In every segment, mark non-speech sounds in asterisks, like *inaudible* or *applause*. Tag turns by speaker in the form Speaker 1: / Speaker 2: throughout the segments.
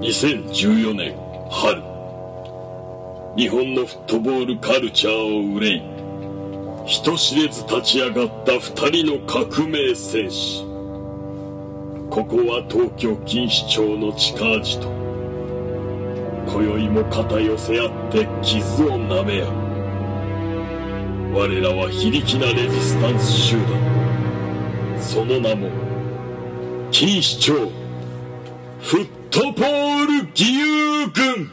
Speaker 1: 2014年春日本のフットボールカルチャーを憂い人知れず立ち上がった2人の革命戦士ここは東京錦糸町の地下地と今宵も肩寄せ合って傷を舐め合う我らは非力なレジスタンス集団その名も錦糸町フットボール義勇軍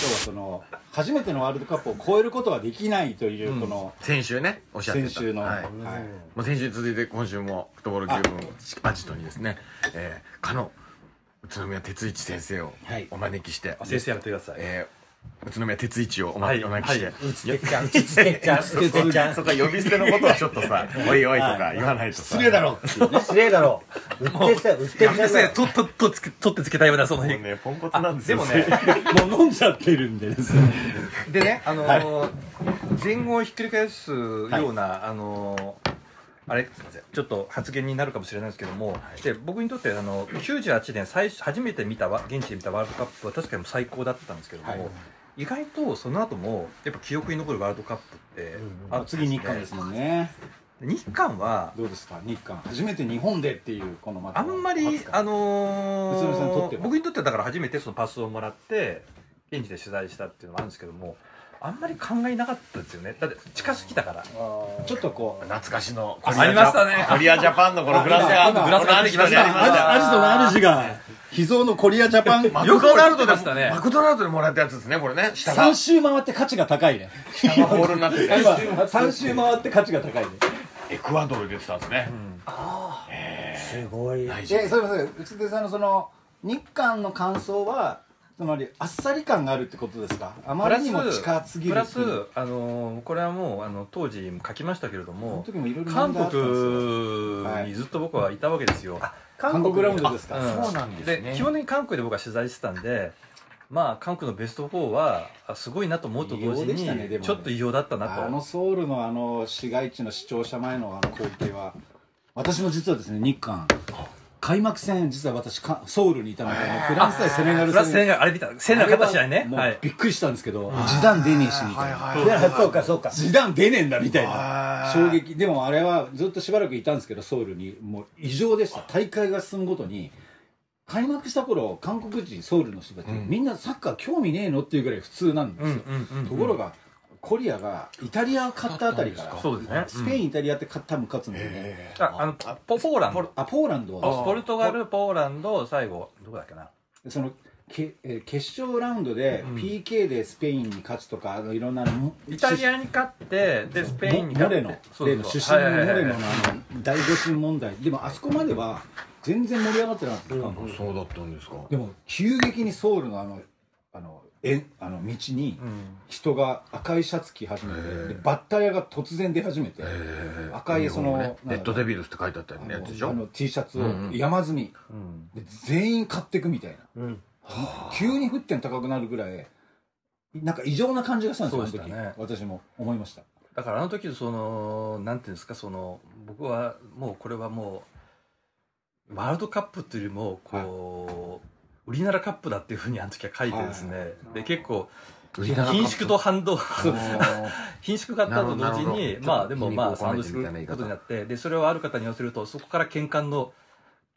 Speaker 2: 今日はその初めてのワールドカップを超えることはできないというこの
Speaker 3: 先週ねおっしゃってた
Speaker 2: 先週の、
Speaker 3: はい
Speaker 2: はい
Speaker 3: もう先週続いて今週もフットボールゲームアジトにですね、えー、かの宇都宮哲一先生を
Speaker 2: はい
Speaker 3: お招きして、
Speaker 4: 先生やってください。
Speaker 3: えー、宇都宮哲一をお,、ま
Speaker 4: はい
Speaker 3: お招きして、
Speaker 4: はい
Speaker 5: つてっちゃん、うつてっちゃん、うつて
Speaker 2: *laughs*
Speaker 5: っちゃん。
Speaker 3: そこは呼び捨てのことはちょっとさ「おいおい」とか言わないとさ
Speaker 2: 失礼だろうっていうね
Speaker 5: 失礼だろう。うってつけ、うって
Speaker 4: や
Speaker 5: っ
Speaker 4: め
Speaker 5: ち
Speaker 4: てくだ
Speaker 5: ゃんだよ
Speaker 4: さい。。と、と、とつけ、とってつけたような、その
Speaker 3: もう
Speaker 4: 辺。
Speaker 3: ねポンコツなんですよ
Speaker 4: あでもね
Speaker 2: もう飲んじゃってるんでですね
Speaker 4: でね、あのー、前後をひっくり返すような、あのー、あれすみませんちょっと発言になるかもしれないですけども、で僕にとってあの98年最初初めて見たわ現地で見たワールドカップは確かに最高だったんですけども、
Speaker 2: はい
Speaker 4: 意外とその後もやっぱ記憶に残るワールドカップって
Speaker 2: あ
Speaker 4: あったん
Speaker 2: 次日韓ですもんね
Speaker 4: 日韓は
Speaker 2: どうですか日韓初めて日本でっていうこのまた
Speaker 4: あんまり
Speaker 2: 初、か
Speaker 4: あの
Speaker 2: 宇都宮さんにとっ
Speaker 4: ー
Speaker 2: ては
Speaker 4: 僕にとってはだから初めてそのパスをもらって、現地で取材したっていうのもあるんですけども、あんまり考えなかったですよね。だって近すぎたから。
Speaker 2: ちょっとこう
Speaker 3: 懐かしの
Speaker 4: ありましたね
Speaker 3: コリアジャパンのこのグラス
Speaker 2: あ
Speaker 3: が
Speaker 2: 今
Speaker 3: グラスがありました
Speaker 2: アジアジトの主が秘蔵のコリアジャパン
Speaker 4: よく覚えてましたね
Speaker 3: マクドナルドでもらったやつですねこれね下が
Speaker 2: 3周回って価値が高いね
Speaker 3: 下がボールになってて
Speaker 2: 今3周回って価値が高いね
Speaker 3: エクアドルでしたんですね、
Speaker 5: すごい。
Speaker 3: 大事
Speaker 2: え、すみません、内田さんのその日韓の感想は、つまりあっさり感があるってことですか。あま
Speaker 4: プラ
Speaker 2: り
Speaker 4: ス
Speaker 2: にも近すぎる
Speaker 4: プ
Speaker 2: ってい
Speaker 4: ラ
Speaker 2: う。
Speaker 4: ス、あのーこれはもう、あの、当時も書きましたけれど
Speaker 2: その
Speaker 4: も、
Speaker 2: 時もいろいろ
Speaker 4: 韓
Speaker 2: 問題あったんですよ
Speaker 4: 国にずっと僕はいたわけですよ。
Speaker 2: 韓国ラウンドですか。
Speaker 4: うん
Speaker 3: そうなんですね
Speaker 4: 基本的に韓国で僕は取材してたんで、まあ、韓国のベスト4は、あすごいなと思うと同時
Speaker 2: 異様でしたねで
Speaker 4: に、
Speaker 2: も
Speaker 4: ちょっと異様だったなと。
Speaker 2: あのソウルのあの市街地の視聴者前のあの光景は、私も実はですね、日韓。開幕戦、実は私か、ソウルにいたので、あのフランス対セネガル
Speaker 4: プラス
Speaker 2: 戦
Speaker 4: セネ。ガル、あれ見た、セネガル勝った試合ね。
Speaker 2: も
Speaker 4: は
Speaker 2: う
Speaker 4: い。
Speaker 2: びっくりしたんですけど、時短出ねえし、みたいな。
Speaker 5: いや、そうか、そうか。
Speaker 2: 時短出ねえんだみたいな衝撃でもあれはずっとしばらくいたんですけどソウルにもう異常でした大会が進むごとに開幕した頃韓国人ソウルの人たち、みんなサッカー興味ねえのっていうぐらい普通なんですよ、ところがコリアがイタリアを勝ったあたりから
Speaker 4: そうですね。
Speaker 2: スペイン、イタリアって勝多分勝つんだよね、
Speaker 4: ああの、ポポーランド。
Speaker 2: あポーランドは
Speaker 4: ポルトガル、ポーランド、最後、どこだっけな。
Speaker 2: そのけえー決勝ラウンドで PK でスペインに勝つとか、あのいろんなの
Speaker 4: イタリアに勝って、で、スペインに
Speaker 2: モ
Speaker 4: 勝って。
Speaker 2: レノ
Speaker 4: そう
Speaker 2: 例
Speaker 4: そ
Speaker 2: の
Speaker 4: うそ
Speaker 2: 主
Speaker 4: う
Speaker 2: 審の
Speaker 4: はいはい
Speaker 2: モ
Speaker 4: はい
Speaker 2: レノのあの大誤審問題でもあそこまでは全然盛り上がってなかった、韓国
Speaker 3: そうだったんですか
Speaker 2: でも急激にソウルのあのあのえあの道に人が赤いシャツ着始めて、でバッタヤが突然出始めて、赤いその、
Speaker 3: ね
Speaker 2: な
Speaker 3: レ
Speaker 2: んだろ
Speaker 3: ッド
Speaker 2: う
Speaker 3: デビルスって書いてあった
Speaker 2: あ
Speaker 3: やつでし
Speaker 2: のあ
Speaker 3: ょ
Speaker 2: の T シャツを山積み、で全員買ってくみたいな、はあ急に沸点高くなるぐらいなんか異常な感じがしたんですよ、
Speaker 4: そうで
Speaker 2: あ
Speaker 4: した
Speaker 2: の
Speaker 4: ね
Speaker 2: 時私も思いました
Speaker 4: だからあの時そのなんていうんですかその僕はもうこれはもうワールドカップというよりもこう、ウリナラカップだっていうふうにあの時は書いてですね、で結構緊縮と
Speaker 3: *laughs*
Speaker 4: 反動
Speaker 2: そうですね
Speaker 4: 緊縮があったと同時
Speaker 3: なるほどなる
Speaker 4: に
Speaker 3: ほど
Speaker 4: まあでもまあ
Speaker 3: ちょっと
Speaker 4: 賛
Speaker 3: 皮肉
Speaker 4: 同
Speaker 3: を
Speaker 4: す
Speaker 3: 込めてみたい
Speaker 4: る
Speaker 3: な言い方
Speaker 4: ことになってでそれをある方に言わせるとそこから喧嘩の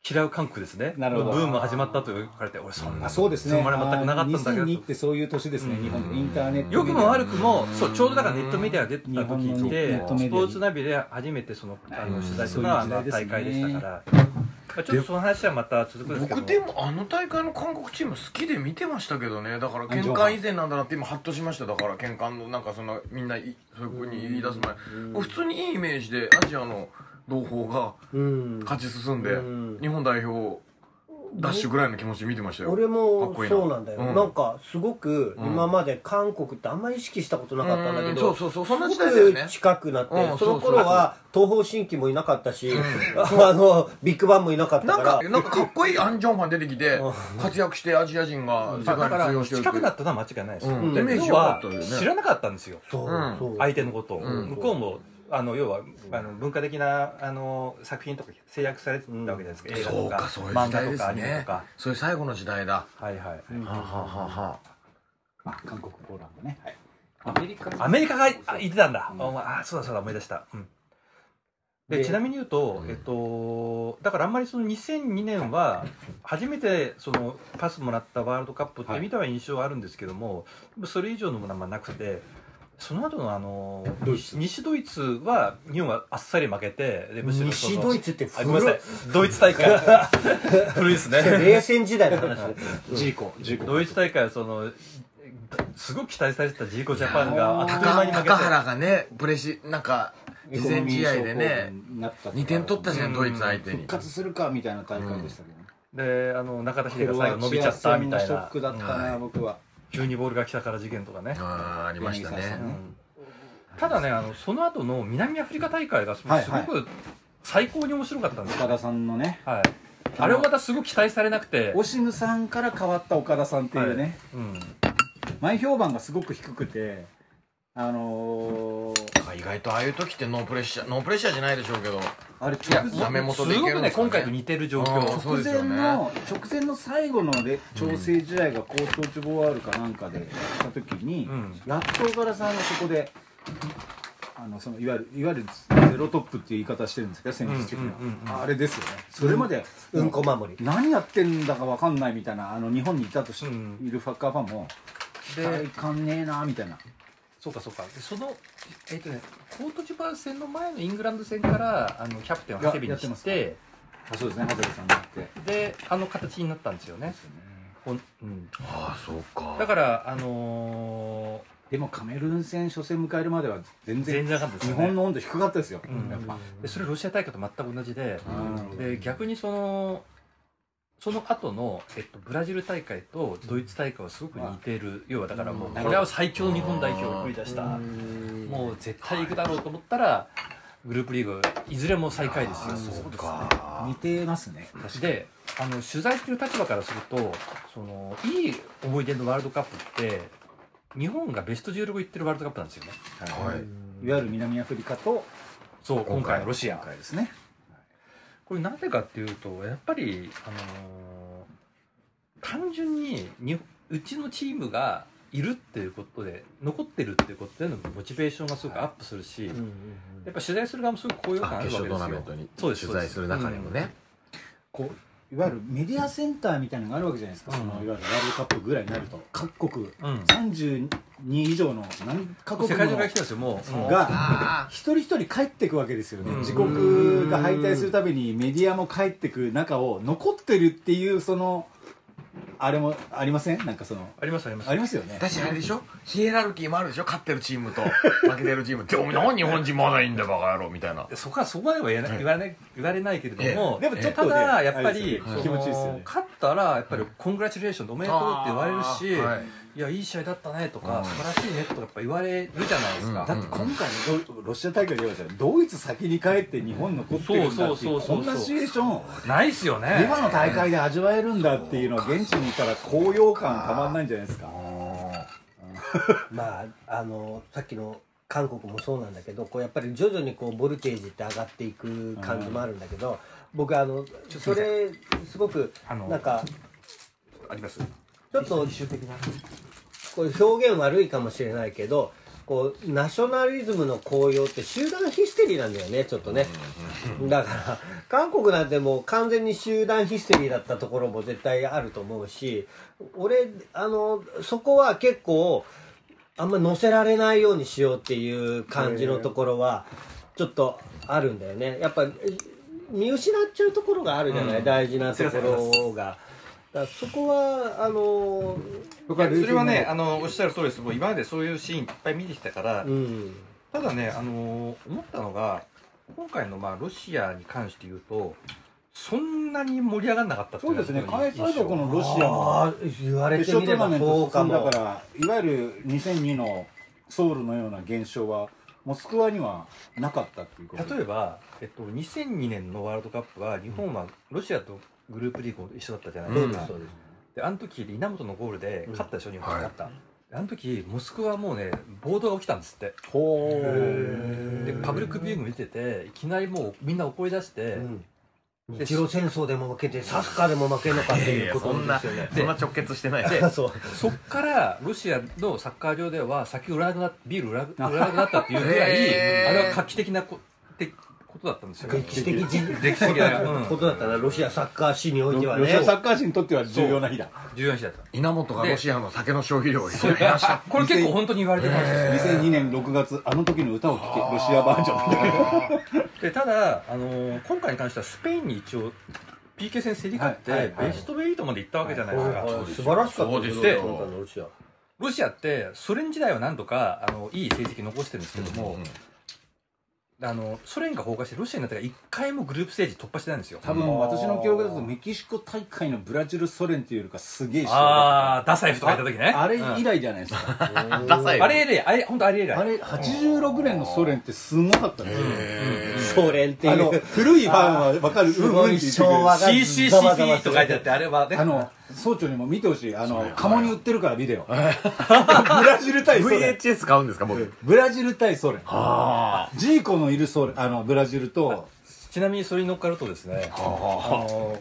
Speaker 4: 嫌う韓国ですね
Speaker 2: なるほど
Speaker 4: のブームが始まったと言われて俺そんな
Speaker 2: あそうですね。
Speaker 4: つまり全くなかったんだけど
Speaker 2: 2002ってそういう年ですね、日本でインターネット。
Speaker 4: よくも悪くも、そう、ちょうどだからネットメディアが出た
Speaker 2: 日本の
Speaker 4: 時で、
Speaker 2: ネッ
Speaker 4: ス
Speaker 2: ト
Speaker 4: ポ
Speaker 2: メディアに
Speaker 4: ーツナビで初めてその、あの、取材したのはあの大会でしたから、まあちょっとその話はまた続くんですけど。
Speaker 3: 僕でもあの大会の韓国チーム好きで見てましたけどねだから
Speaker 2: 安
Speaker 3: 喧
Speaker 2: 城
Speaker 3: 嘩以前なんだなって今ハッとしましただから喧嘩のなんかそんなみんないそういうふうに言い出す前普通にいいイメージでアジアの同胞が
Speaker 5: うん。
Speaker 3: 勝ち進んで
Speaker 5: うん
Speaker 3: 日本代表ダッシュぐらいの気持ちで見てましたよ
Speaker 5: 俺
Speaker 3: かっ
Speaker 5: も
Speaker 3: こいい
Speaker 5: そうなんだよ、
Speaker 3: う
Speaker 5: なんかすごく
Speaker 3: うん
Speaker 5: 今まで韓国ってあんまり意識したことなかったんだけ
Speaker 3: うん
Speaker 5: ど、
Speaker 3: そうそうそうそんな時
Speaker 5: す
Speaker 3: 代だよ
Speaker 5: ご
Speaker 3: ね
Speaker 5: く近くなって、
Speaker 3: うん
Speaker 5: その
Speaker 3: そうそう
Speaker 5: 頃は東方神起もいなかったし、 *laughs* あのビッグバンもいなかった
Speaker 3: な
Speaker 5: か
Speaker 3: ん
Speaker 5: ら
Speaker 3: かなんかかっこいいアン・ジョンファン出てきて活躍してアジア人が世
Speaker 4: だ
Speaker 3: 界
Speaker 4: か
Speaker 3: に通
Speaker 4: ら
Speaker 3: 用してるって
Speaker 4: 近くなったのは間違いないですよ、
Speaker 3: うん
Speaker 4: で
Speaker 3: イメージ
Speaker 4: 要は
Speaker 3: 良かったよね
Speaker 4: 知らなかったんですよ
Speaker 5: そ
Speaker 3: う
Speaker 5: う、
Speaker 3: ん
Speaker 5: そう
Speaker 4: 相手のことを、
Speaker 3: うん
Speaker 4: 向こうもあの要はあの文化的なあの作品とか制約されてたわけじゃないですか、映画
Speaker 3: そう
Speaker 4: とか
Speaker 3: かそういう
Speaker 4: 漫
Speaker 3: 時
Speaker 4: 画
Speaker 3: 代
Speaker 4: と
Speaker 3: で
Speaker 4: かア
Speaker 3: す
Speaker 4: ニメと
Speaker 3: ね
Speaker 4: か
Speaker 3: そういう最後の時代だ
Speaker 4: はいはい、
Speaker 3: はあはあはあはあ
Speaker 2: あ韓国ポーランドね、はい、アメリカ
Speaker 4: アメリカがあいてたんだ、お前あそうだそうだ思い出した、うんで
Speaker 5: で
Speaker 4: ちなみに言うと、
Speaker 3: うん
Speaker 4: えっと、だからあんまりその2002年は初めてそのパスもらったワールドカップって見た印象はあるんですけども、それ以上のものはあんまなくてその後のあの
Speaker 2: ドイツ
Speaker 4: 西ドイツは日本はあっさり負けてでむしろその
Speaker 5: 西ドイツって
Speaker 4: あ
Speaker 5: 古
Speaker 4: ごめんなさい
Speaker 5: い
Speaker 4: ドイツ大会古いですね
Speaker 5: 冷戦時代の話
Speaker 2: ジーコジーコ
Speaker 4: ドイツ大会はそのすごく期待されてたジーコジャパンがあっという間
Speaker 3: 高
Speaker 4: に負けて
Speaker 3: 高原がねプレシなんか事前試合でね2
Speaker 2: 2
Speaker 3: 点取ったじゃ
Speaker 4: うん
Speaker 3: んドイツ相手に
Speaker 2: 復活するかみたいな大会でしたけどね、
Speaker 4: であの中田
Speaker 2: ク
Speaker 4: 秀が
Speaker 2: ロア
Speaker 4: 最
Speaker 2: チ
Speaker 4: 後
Speaker 2: ア
Speaker 4: 伸びちゃったみたい
Speaker 2: 戦のショ
Speaker 4: な
Speaker 2: ックだったな、僕は
Speaker 4: 急にボールが来たから事件とかね、
Speaker 3: あーありました
Speaker 2: 柳沢
Speaker 3: ね
Speaker 2: さん
Speaker 4: うんただねあのその後の南アフリカ大会がす
Speaker 2: はい
Speaker 4: すごく最高に面白かったんですよ、
Speaker 2: 岡田さんのね
Speaker 4: はい、あれもまたすごく期待されなくて、
Speaker 2: オシムさんから変わった岡田さんっていうね、
Speaker 4: うん、
Speaker 2: 前評判がすごく低くてあのー、
Speaker 3: 意外とああいう時ってノープレッシャーノープレッシャーじゃないでしょうけど
Speaker 2: あれ直
Speaker 3: いやダメ
Speaker 2: 前
Speaker 3: 元
Speaker 4: す
Speaker 3: でいけ
Speaker 4: ご
Speaker 3: る
Speaker 4: く
Speaker 3: んで
Speaker 4: ね
Speaker 3: すかね
Speaker 4: 今回と似てる状況
Speaker 3: うんそう
Speaker 2: 直
Speaker 3: です
Speaker 2: 前
Speaker 3: よね
Speaker 2: の直前の最後ので調整試合がコートジボワールかなんかでやった時に、
Speaker 4: うん
Speaker 2: やっと岡田さんがそこであのそのいわゆるいわゆるゼロトップっていう言い方してるんですけど戦術的な、
Speaker 4: うんうんうんうん
Speaker 2: あれですよねそれまで、
Speaker 5: うんこ守り
Speaker 2: 何やってんだか分かんないみたいなあの日本にいたとし、
Speaker 4: うん
Speaker 2: いるファッカーファンも「
Speaker 4: で
Speaker 2: いかんねえな」みたいな
Speaker 4: そうかそうかでそのえっ、とねコートジバー戦の前のイングランド戦からあのキャプテンを長谷部に
Speaker 2: やや
Speaker 4: し
Speaker 2: って
Speaker 4: て
Speaker 2: あそうですね長谷さんになって
Speaker 4: であの形になったんですよねほんうん、
Speaker 3: ああそうか
Speaker 4: だからあのー
Speaker 2: でもカメルーン戦初戦迎えるまでは全
Speaker 4: 全
Speaker 2: 然
Speaker 4: 然なかったです
Speaker 2: 日
Speaker 4: よね
Speaker 2: 本の温度低かったですよ、
Speaker 4: うん
Speaker 2: やっぱ、
Speaker 4: でそれロシア大会と全く同じで
Speaker 2: うん
Speaker 4: で逆にそのその後のえっと、ブラジル大会とドイツ大会はすごく似てる、要はだからもう、これは最強日本代表を送り出した、もう絶対行くだろうと思ったら、グループリーグ、いずれも最下位ですよ、
Speaker 3: そうか
Speaker 2: 似てますね
Speaker 4: であの取材してる立場からするとその、いい思い出のワールドカップって、日本がベスト16行ってるワールドカップなんですよね、
Speaker 3: はい
Speaker 2: いわゆる南アフリカと
Speaker 4: そう今回のロシア
Speaker 2: 今。回ですね
Speaker 4: これなぜかっていうとやっぱり、あのー単純ににうちのチームがいるっていうことで残ってるっていうことでのモチベーションがすごくアップするし、
Speaker 5: うんうん
Speaker 4: やっぱ取材する側もすごく高揚感あ
Speaker 3: あ
Speaker 4: る
Speaker 3: 決
Speaker 4: わ
Speaker 3: 勝トー
Speaker 4: けです
Speaker 3: ナメ
Speaker 4: よ
Speaker 3: ントに
Speaker 4: そ
Speaker 3: 取
Speaker 4: うです
Speaker 3: 材する中でもね
Speaker 2: こういわゆるメディアセンターみたいなのがあるわけじゃないですか、
Speaker 4: うん
Speaker 2: そのいわゆるワールドカップぐらいになると各国
Speaker 4: うん
Speaker 2: 32以上の何カ国
Speaker 4: 世界中
Speaker 2: の
Speaker 4: から来てますよもう、うん
Speaker 2: が
Speaker 3: あ
Speaker 2: 一人一人帰ってくわけですよね、
Speaker 4: うん
Speaker 2: 自国が敗退するたびにメディアも帰ってく中を残ってるっていうそのあれもありませんなんかその
Speaker 4: ありますあります
Speaker 2: ありますよね
Speaker 3: あ確かにあれでしょヒエラルキーもあるでしょ勝ってるチームと負けてるチームって「お前日本人まだいいんだよバカ野郎」みたいな
Speaker 4: そこはそこまでは言えない言わない言われないけれども、
Speaker 2: ええでもちょっと
Speaker 4: た
Speaker 2: ね
Speaker 4: だやっぱ
Speaker 2: あれです
Speaker 4: り、
Speaker 2: よね
Speaker 4: その
Speaker 2: 気持ちいいですよね
Speaker 4: 勝ったらやっぱり「コングラチュレーション」おめでとうって言われるし「
Speaker 3: あーはい
Speaker 4: い、やいい試合だったね」とか、
Speaker 3: うん
Speaker 4: 素晴らしいね」とかやっぱ言われるじゃないですか、
Speaker 3: うん
Speaker 2: だって今回のロロシア大会ではじゃあドイツ先に帰って日本残ってるんだってい
Speaker 4: そううそうそうそう
Speaker 2: こんなシチュエーション
Speaker 4: ないっすよね
Speaker 2: 今の大会で味わえるんだっていうのは現地にいたら高揚感たまんないんじゃないですか
Speaker 5: まああのさっきの韓国もそうなんだけどこうやっぱり徐々にこうボルテージって上がっていく感じもあるんだけど、僕あのそれすごく
Speaker 4: あの
Speaker 5: なんか
Speaker 4: あります
Speaker 5: ちょっとこれ表現悪いかもしれないけどこうナショナリズムの高揚って集団ヒステリーなんだよねちょっとねだから韓国なんてもう完全に集団ヒステリーだったところも絶対あると思うし俺あのそこは結構あんま乗せられないようにしようっていう感じのところはちょっとあるんだよねやっぱ見失っちゃうところがあるじゃない、大事なところが。だからそこはあの
Speaker 4: いやそれはねあのおっしゃる通りですもう今までそういうシーンいっぱい見てきたから、
Speaker 5: うん
Speaker 4: ただねあの思ったのが今回のまあロシアに関して言うとそんなに盛り上がらなかったってい
Speaker 2: そう
Speaker 4: の
Speaker 2: で
Speaker 4: は
Speaker 2: すね、開
Speaker 4: 非常に
Speaker 2: 催
Speaker 4: 印象
Speaker 2: 国のロシア
Speaker 5: あ
Speaker 2: の
Speaker 5: ー言われ
Speaker 2: 決
Speaker 5: てみ
Speaker 2: 勝ト
Speaker 5: れ
Speaker 2: ーナ
Speaker 5: ば
Speaker 2: メン
Speaker 5: そ
Speaker 2: ト
Speaker 5: うか
Speaker 2: 進んだ
Speaker 5: も
Speaker 2: から、いわゆる2002のソウルのような現象は、モスクワにはなかったっていうこと
Speaker 4: 例えば、えっと、2002年のワールドカップは日本はロシアとグループリーグ一緒だったじゃないですか、
Speaker 5: そうです
Speaker 4: であの時稲本のゴールで勝ったでしょ、日本
Speaker 3: はい
Speaker 4: 勝った、あの時モスクワはもうね暴動が起きたんですって
Speaker 5: ほ
Speaker 4: でパブリックビューイング見てていきなりもうみんな怒り出して、
Speaker 5: うん、日露戦争でも負けてサッカーでも負けるのかっていうことですよね。
Speaker 3: そんな直結してない
Speaker 4: で
Speaker 3: で
Speaker 5: そう
Speaker 4: そっからロシアのサッカー場では酒売らなくなビール売らな売らなくなったっていうぐらい、
Speaker 3: へー
Speaker 4: あれは画期的なこってことだったんですよ
Speaker 5: 歴史的事実
Speaker 4: 歴史的な、うん
Speaker 5: ことだったなロシアサッカー史においては
Speaker 2: ロ
Speaker 5: ね
Speaker 2: シアサッカー史にとっては重要な日だ。
Speaker 4: 重要な日だった
Speaker 3: 稲本がロシアの酒の消費量を減らした
Speaker 4: これ結構本当に言われてます
Speaker 2: 2002年6月、あの時の歌を聴け、ロシアバージョンで。
Speaker 4: でただ、あのー今回に関してはスペインに一応 PK 戦競り勝って、
Speaker 2: はいはいはい
Speaker 4: ベスト8まで行ったわけじゃないですか、
Speaker 5: はいはい素晴らしかった
Speaker 3: そう
Speaker 4: ですよ
Speaker 5: 今回のロシア
Speaker 4: ロシアってソ連時代は何度かあのいい成績残してるんですけども、あのソ連が崩壊してロシアになってから1回もグループステージ突破してないんですよ
Speaker 2: 多分私の記憶だとメキシコ大会のブラジル、ソ連っていうよりかすげえ人
Speaker 4: ああダサイフとかいた時ね
Speaker 2: ああれ
Speaker 4: うん
Speaker 2: 以来じゃないです *laughs* か。
Speaker 3: ダサい
Speaker 4: あれ以来あれ本当あれ以来
Speaker 2: あれ、86年のソ連ってすごかったね。
Speaker 5: ソ連ってい
Speaker 2: あの、
Speaker 5: う
Speaker 2: 古いファンはわかる。
Speaker 5: すごい昭和が
Speaker 4: CCCP と書いてあってあれはね
Speaker 2: あの、総長にも見てほしい。あの、カモに売ってるからビデオ。ブ *laughs* ラジル対 *laughs* ソ連。
Speaker 3: VHS 買うんですか僕
Speaker 2: ブラジル対ソ連。ジーコのいるソ連、あの、ブラジルと、
Speaker 4: ちなみにそれに乗っかるとですね、あの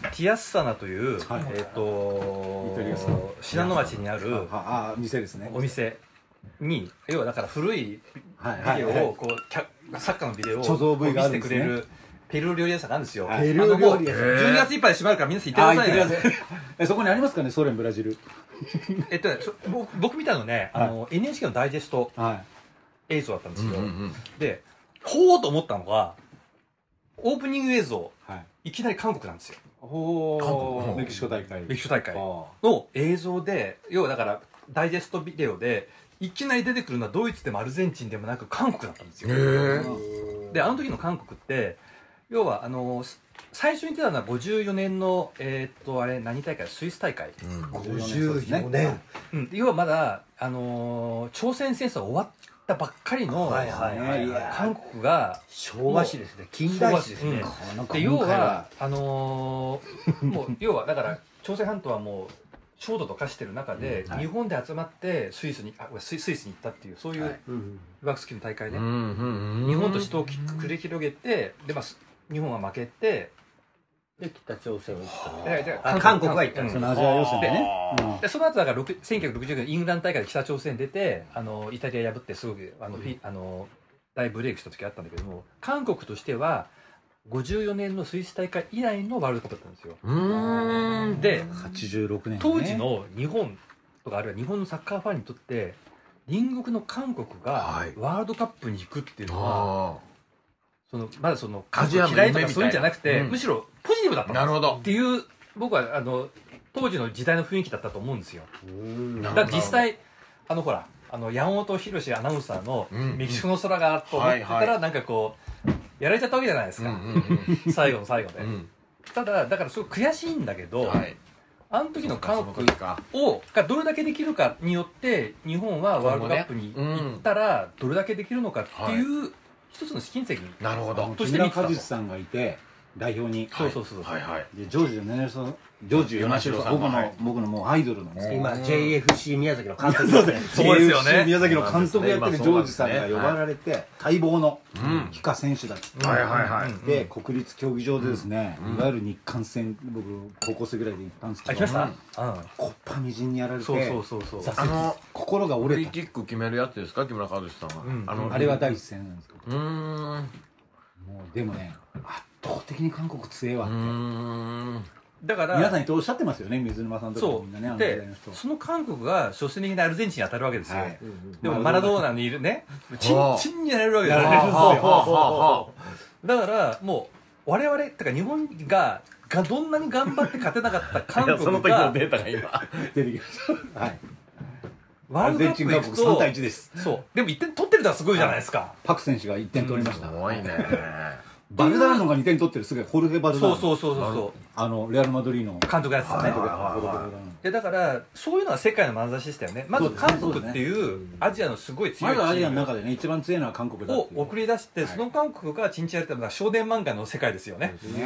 Speaker 4: ティアッサナという、
Speaker 2: はい
Speaker 4: えっ、
Speaker 2: イタリアさ
Speaker 4: と信濃町にある
Speaker 2: ああ、店ですね。
Speaker 4: お店に要はだから古い
Speaker 2: はい
Speaker 4: ビ
Speaker 2: は
Speaker 4: デ
Speaker 2: い
Speaker 4: オ
Speaker 2: はい
Speaker 4: をこう、キャサッカーのビデオを
Speaker 2: 貯蔵部位があ
Speaker 4: 見
Speaker 2: るん
Speaker 4: せて
Speaker 2: で
Speaker 4: く
Speaker 2: す
Speaker 4: れ
Speaker 2: ね
Speaker 4: るペルー料理屋さんがあるんですよ
Speaker 2: はい
Speaker 5: ペルー料理
Speaker 4: あ
Speaker 5: 屋
Speaker 4: のも
Speaker 5: さん
Speaker 4: う12月いっぱいで閉まるから皆さん行
Speaker 2: あ
Speaker 4: っ
Speaker 2: 行ってて
Speaker 4: く
Speaker 2: く
Speaker 4: だ
Speaker 2: だ
Speaker 4: さ
Speaker 2: さい *laughs*
Speaker 4: いね
Speaker 2: えそこにありますかねソ連ブラジル
Speaker 4: えっとねそ僕僕みたいのねあの、NHK のダイジェスト
Speaker 2: は
Speaker 4: 映像だったんですよ、でほうと思ったのがオープニング映像
Speaker 2: いはい
Speaker 4: いきなり韓国なんですよ
Speaker 2: ほうメキシコ大会
Speaker 4: メキシコ大
Speaker 2: あ
Speaker 4: 会
Speaker 2: ー
Speaker 4: の映像で要はだからダイジェストビデオでいきなり出てくるのはドイツでもアルゼンチンでもなく韓国だったんですよであの時の韓国って要はあのす最初に出たのは54年のえーっとあれ何大会スイス大会、
Speaker 5: 54年
Speaker 4: うん、要はまだあのー朝鮮戦争終わったばっかりの
Speaker 5: はいはいはいはい
Speaker 4: 韓国が
Speaker 5: 昭和史ですね近代史ですね
Speaker 4: 昭和
Speaker 2: なんか
Speaker 4: で要
Speaker 2: 今回
Speaker 4: はあのーもう要はだから朝鮮半島はもう焦土と化してる中で、日本で集まってスイスにあスイスイスに行ったっていうそういう、
Speaker 2: はい
Speaker 5: うん
Speaker 4: ワークスキーの大会ね、日
Speaker 3: 日
Speaker 4: 本と死闘をき繰り広げてで、まあ、す日本は負けて
Speaker 5: で北朝鮮を撃った
Speaker 4: でで
Speaker 5: あ韓国は行ったんです
Speaker 2: そのアジア予選でねうん
Speaker 4: でその後だから6 1960年イングランド大会で北朝鮮出てあのイタリア破ってすごくあの、フィあの大ブレイクした時あったんだけども韓国としては54年のスイス大会以来のワールドカップだったんですよ
Speaker 3: うん
Speaker 4: で
Speaker 2: 86年ね
Speaker 4: 当時の日本とかあるいは日本のサッカーファンにとって隣国の韓国が
Speaker 3: はい
Speaker 4: ワールドカップに行くっていうのは、
Speaker 3: あ
Speaker 4: そのまだその
Speaker 3: ア
Speaker 4: 韓国
Speaker 3: ジアの
Speaker 4: 嫌いと
Speaker 3: 夢みたい
Speaker 4: かそういうんじゃなくて、
Speaker 3: うん
Speaker 4: むしろポジティブだった
Speaker 3: あ
Speaker 4: ん
Speaker 3: なるほど
Speaker 4: っていう僕はあの当時の時代の雰囲気だったと思うんですよ
Speaker 5: うん
Speaker 4: だから実際あのほらあの山本博アナウンサーの
Speaker 3: うん
Speaker 4: メキシコの空がと思ってた
Speaker 3: はいは
Speaker 4: らなんかこうやられちゃったわけじゃないです
Speaker 3: うん
Speaker 4: か、
Speaker 3: うん
Speaker 4: 最後の最後で、
Speaker 3: うん
Speaker 4: ただだからすごく悔しいんだけ
Speaker 3: う
Speaker 4: ど、
Speaker 3: んはい
Speaker 4: あの時の韓
Speaker 3: そ
Speaker 4: 国
Speaker 3: の時か
Speaker 4: をがどれだけできるかによって日本はワールドカップに
Speaker 3: 今後ねうん
Speaker 4: 行ったらどれだけできるのかっていう一つの試金石に、
Speaker 3: なるほ
Speaker 2: あの
Speaker 3: ど
Speaker 4: とし
Speaker 2: 木
Speaker 4: て見
Speaker 2: 村
Speaker 4: て
Speaker 2: 果
Speaker 4: たと
Speaker 2: 実さんがいて代表に
Speaker 4: そうそうそうそう、
Speaker 3: はいはい
Speaker 2: でジョージ・ヨネルソンジョージ・ヨナシロさん僕
Speaker 3: ヨナシロさ
Speaker 2: の
Speaker 3: んはい
Speaker 2: 僕のもうアイドルなんですけど
Speaker 5: 今 JFC 宮崎の監督
Speaker 2: *laughs* そうです
Speaker 4: そうですよね
Speaker 2: JFC 宮崎の監督やってるジョージさんが呼ばれて待望の
Speaker 3: ん
Speaker 2: 帰化選手だって
Speaker 3: はいはいはい
Speaker 2: で国立競技場でですね、いわゆる日韓戦僕高校生ぐらいで行ったんですけ
Speaker 4: あ来
Speaker 2: ど
Speaker 4: ました、うん
Speaker 2: コッパみじんにやられて
Speaker 4: そうそうそうそう
Speaker 2: 挫折
Speaker 3: あの
Speaker 2: 心が
Speaker 3: フ
Speaker 2: 折れ
Speaker 3: リー
Speaker 2: た
Speaker 3: キック決めるやつですか木村和志さんは、
Speaker 4: うん
Speaker 3: あの
Speaker 2: あれは第一戦なんですけど
Speaker 3: うーんう
Speaker 2: もうでもね圧倒的に韓国強えわっ
Speaker 3: ー
Speaker 2: て、
Speaker 3: ん
Speaker 4: だから
Speaker 2: 皆さんとおっしゃってますよね水沼さんとか
Speaker 4: そ
Speaker 2: みんなねあの
Speaker 4: う
Speaker 2: 時代
Speaker 4: で
Speaker 2: の人
Speaker 4: その韓国が初戦的にアルゼンチンに当たるわけですよ、
Speaker 2: はい
Speaker 4: でもマラドーナにいるねチ
Speaker 3: は
Speaker 4: ン
Speaker 3: あ
Speaker 4: チンにやられるわけで
Speaker 2: やられるんです
Speaker 3: はあは
Speaker 2: よ
Speaker 3: あは
Speaker 4: だからもう我々てか日本ががどんなに頑張って勝てなかった
Speaker 3: あ
Speaker 4: 韓
Speaker 3: はあい
Speaker 4: 国
Speaker 3: やその時
Speaker 4: が
Speaker 3: のデータが今
Speaker 2: 出てきましたはい
Speaker 4: ワールド
Speaker 2: アルゼ
Speaker 4: カップ行く
Speaker 2: ンチンが僕3
Speaker 4: と
Speaker 2: 対1です
Speaker 4: そうでも1点取ってるのはすごいじゃないですか、
Speaker 2: パク選手が1点取りました、
Speaker 3: すごいね
Speaker 2: バルダーノが2点取ってるすごいホルヘ・バルダー
Speaker 4: そ
Speaker 2: ノ
Speaker 4: うそうそうそうそ
Speaker 2: あのレアル・マドリードの
Speaker 4: う監督やってたねでだからそういうのは世界の眼差しでしたよねまず韓
Speaker 2: そう
Speaker 4: 国
Speaker 2: ですね
Speaker 4: っていうアジアのすごい強
Speaker 2: ま
Speaker 4: いチ
Speaker 2: だアジアの
Speaker 4: ーム
Speaker 2: 中でね一番強いのは韓国だっ
Speaker 4: を
Speaker 2: ていう
Speaker 4: 送り出してその韓国がチンチンやってたのが少年漫画の世界ですよね
Speaker 2: ね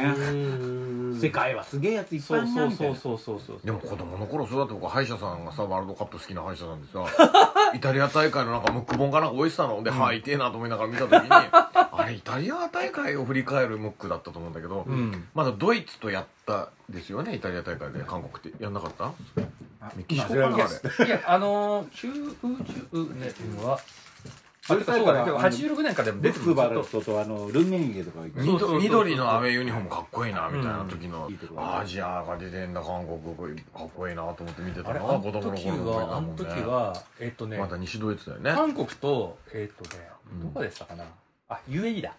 Speaker 2: 世
Speaker 5: 世
Speaker 2: 界はすげえやついっぱ
Speaker 4: そ
Speaker 2: いいうる
Speaker 4: そ
Speaker 2: な
Speaker 4: う
Speaker 2: みたい
Speaker 4: そ
Speaker 2: な
Speaker 4: うそうそうそう
Speaker 3: でも子供の頃そうだって僕歯医者さんがさワールドカップ好きな歯医者さんで *laughs* さイタリア大会のなんかムック本かなんか置いてたので歯痛えなと思いながら見た *laughs* 時にあれイタリア大会を振り返るムックだったと思うんだけど、
Speaker 4: ん
Speaker 3: まだドイツとやったですよねイタリア大会で韓国ってやんなかったメキシコかなあれ
Speaker 4: いやあのー中宇宙年は
Speaker 2: そ
Speaker 4: あ
Speaker 2: れ
Speaker 4: てかそう
Speaker 2: か
Speaker 4: だ
Speaker 2: ら
Speaker 4: ねでも86年からで
Speaker 2: ル
Speaker 4: も出
Speaker 2: ッ
Speaker 4: てく
Speaker 2: ク
Speaker 4: る
Speaker 2: バ
Speaker 4: ずっ
Speaker 2: ル
Speaker 4: と
Speaker 2: トとあのルンメニゲとか行
Speaker 4: そうそうそう
Speaker 3: 緑のアウェーユニフォームかっこいいなみたいな時の、
Speaker 2: うんいいとこだね
Speaker 3: アジアが出てんだ韓国かっこいいなと思って見て
Speaker 4: あ
Speaker 3: た
Speaker 4: れあ
Speaker 3: のが
Speaker 4: の
Speaker 3: 子供の
Speaker 4: 時
Speaker 3: 頃の思い
Speaker 4: は
Speaker 3: だ
Speaker 4: あ
Speaker 3: も
Speaker 4: の
Speaker 3: ん
Speaker 4: 時
Speaker 3: ね
Speaker 4: はえっとね
Speaker 3: また西ドイツだよね
Speaker 4: 韓国とえっとね
Speaker 3: うん
Speaker 4: どこでしたかなあ UAE だ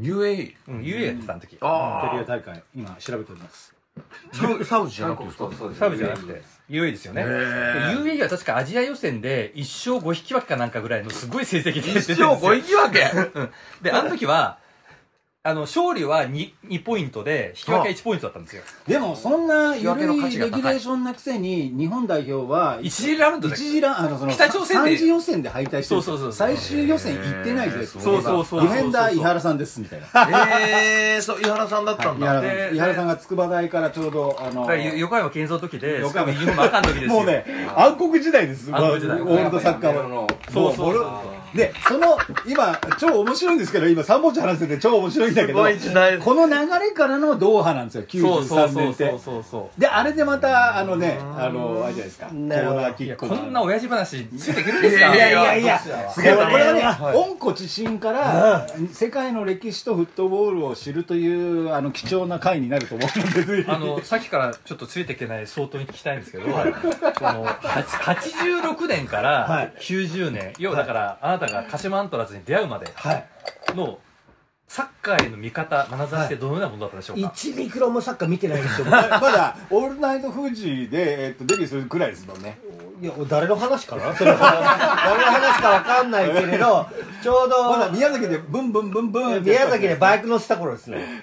Speaker 3: UAE
Speaker 4: うん UAE やってたあの時
Speaker 2: イタリア
Speaker 3: あ
Speaker 2: 大会今調べております
Speaker 3: あサウサウジじゃなくてですか
Speaker 4: サブじゃなくて UAE ですよね
Speaker 3: へ
Speaker 4: で
Speaker 3: ー
Speaker 4: UAE は確かアジア予選で1勝5引き分けかなんかぐらいのすごい成績で出てるんです
Speaker 3: 一応
Speaker 4: よ
Speaker 3: ご引き分け
Speaker 4: であの時はあの勝利は 2, 2ポイントで引き分けは1ポイントだったんですよ
Speaker 2: でもそんな
Speaker 3: 引き分け
Speaker 2: 緩
Speaker 3: の
Speaker 2: い
Speaker 3: 価値が
Speaker 2: レ
Speaker 3: 高
Speaker 2: ギ
Speaker 3: い
Speaker 2: ュレーションなくせに日本代表は
Speaker 4: 1次ラウンド
Speaker 2: 一
Speaker 4: で
Speaker 2: 次ラあのその
Speaker 4: 北朝鮮で
Speaker 2: 3次予選で敗退してる
Speaker 4: そうそうそう
Speaker 2: 最終予選行ってないで
Speaker 3: へー
Speaker 4: そうそうそう
Speaker 2: ディフェンダー井原さんですみたいな
Speaker 3: ええそう井原さんだったん
Speaker 2: 井
Speaker 3: だ、
Speaker 2: 原さん
Speaker 4: で
Speaker 2: 井原さんが筑波大からちょうどあの
Speaker 4: だからよ横山健三の時で
Speaker 2: 横
Speaker 4: しか
Speaker 2: 山
Speaker 4: もユーマカの時ですよ
Speaker 2: もうね暗黒時代です
Speaker 4: 暗黒時代
Speaker 2: まあオールドサッカーの
Speaker 4: そうそうそう
Speaker 2: も俺でその今超面白いんですけど今3本話してて超面白いんだけ
Speaker 3: す
Speaker 2: ど
Speaker 3: ごい時代
Speaker 2: この流れからのドーハなんですよ
Speaker 4: そうそう
Speaker 2: 93
Speaker 4: そ
Speaker 2: 年
Speaker 4: う
Speaker 2: っ
Speaker 4: そ
Speaker 2: て
Speaker 4: うそうそう
Speaker 2: であれでまたあのねあのあれじゃないですかコ
Speaker 5: なるほど
Speaker 2: ーナーキ
Speaker 4: い
Speaker 2: ッ
Speaker 4: や
Speaker 2: ク
Speaker 4: こ
Speaker 2: が
Speaker 4: んな親父話ついてくるんですか
Speaker 3: いやいや
Speaker 2: いや
Speaker 5: す
Speaker 2: これ
Speaker 3: ね
Speaker 2: はね、温故知新から世界の歴史とフットボールを知るというあの貴重な回になると思うのでぜひ
Speaker 4: あのさっきからちょっとついていけない相当に聞きたいんですけど、そのは86年か
Speaker 2: は
Speaker 4: ら
Speaker 2: い
Speaker 4: 90年、要はだから、あなたが鹿島アントラーズに出会うまで
Speaker 2: はい
Speaker 4: のサッカーへの見方、眼差しってどのようなものだったでしょうか。
Speaker 5: 1ミクロもサッカー見てないで
Speaker 2: *laughs*
Speaker 5: しょ
Speaker 2: まだ「オールナイトフジで」えっと、デビューするくらいですもんね
Speaker 5: いや誰の話かなそれは *laughs* 誰の話かわかんないけ
Speaker 2: *laughs*
Speaker 5: れどちょう
Speaker 2: まだ
Speaker 5: ど
Speaker 2: 宮崎でブンブンブンブンってや
Speaker 5: 宮
Speaker 2: ったん
Speaker 5: 崎
Speaker 2: で
Speaker 5: でバイク乗せた頃ですね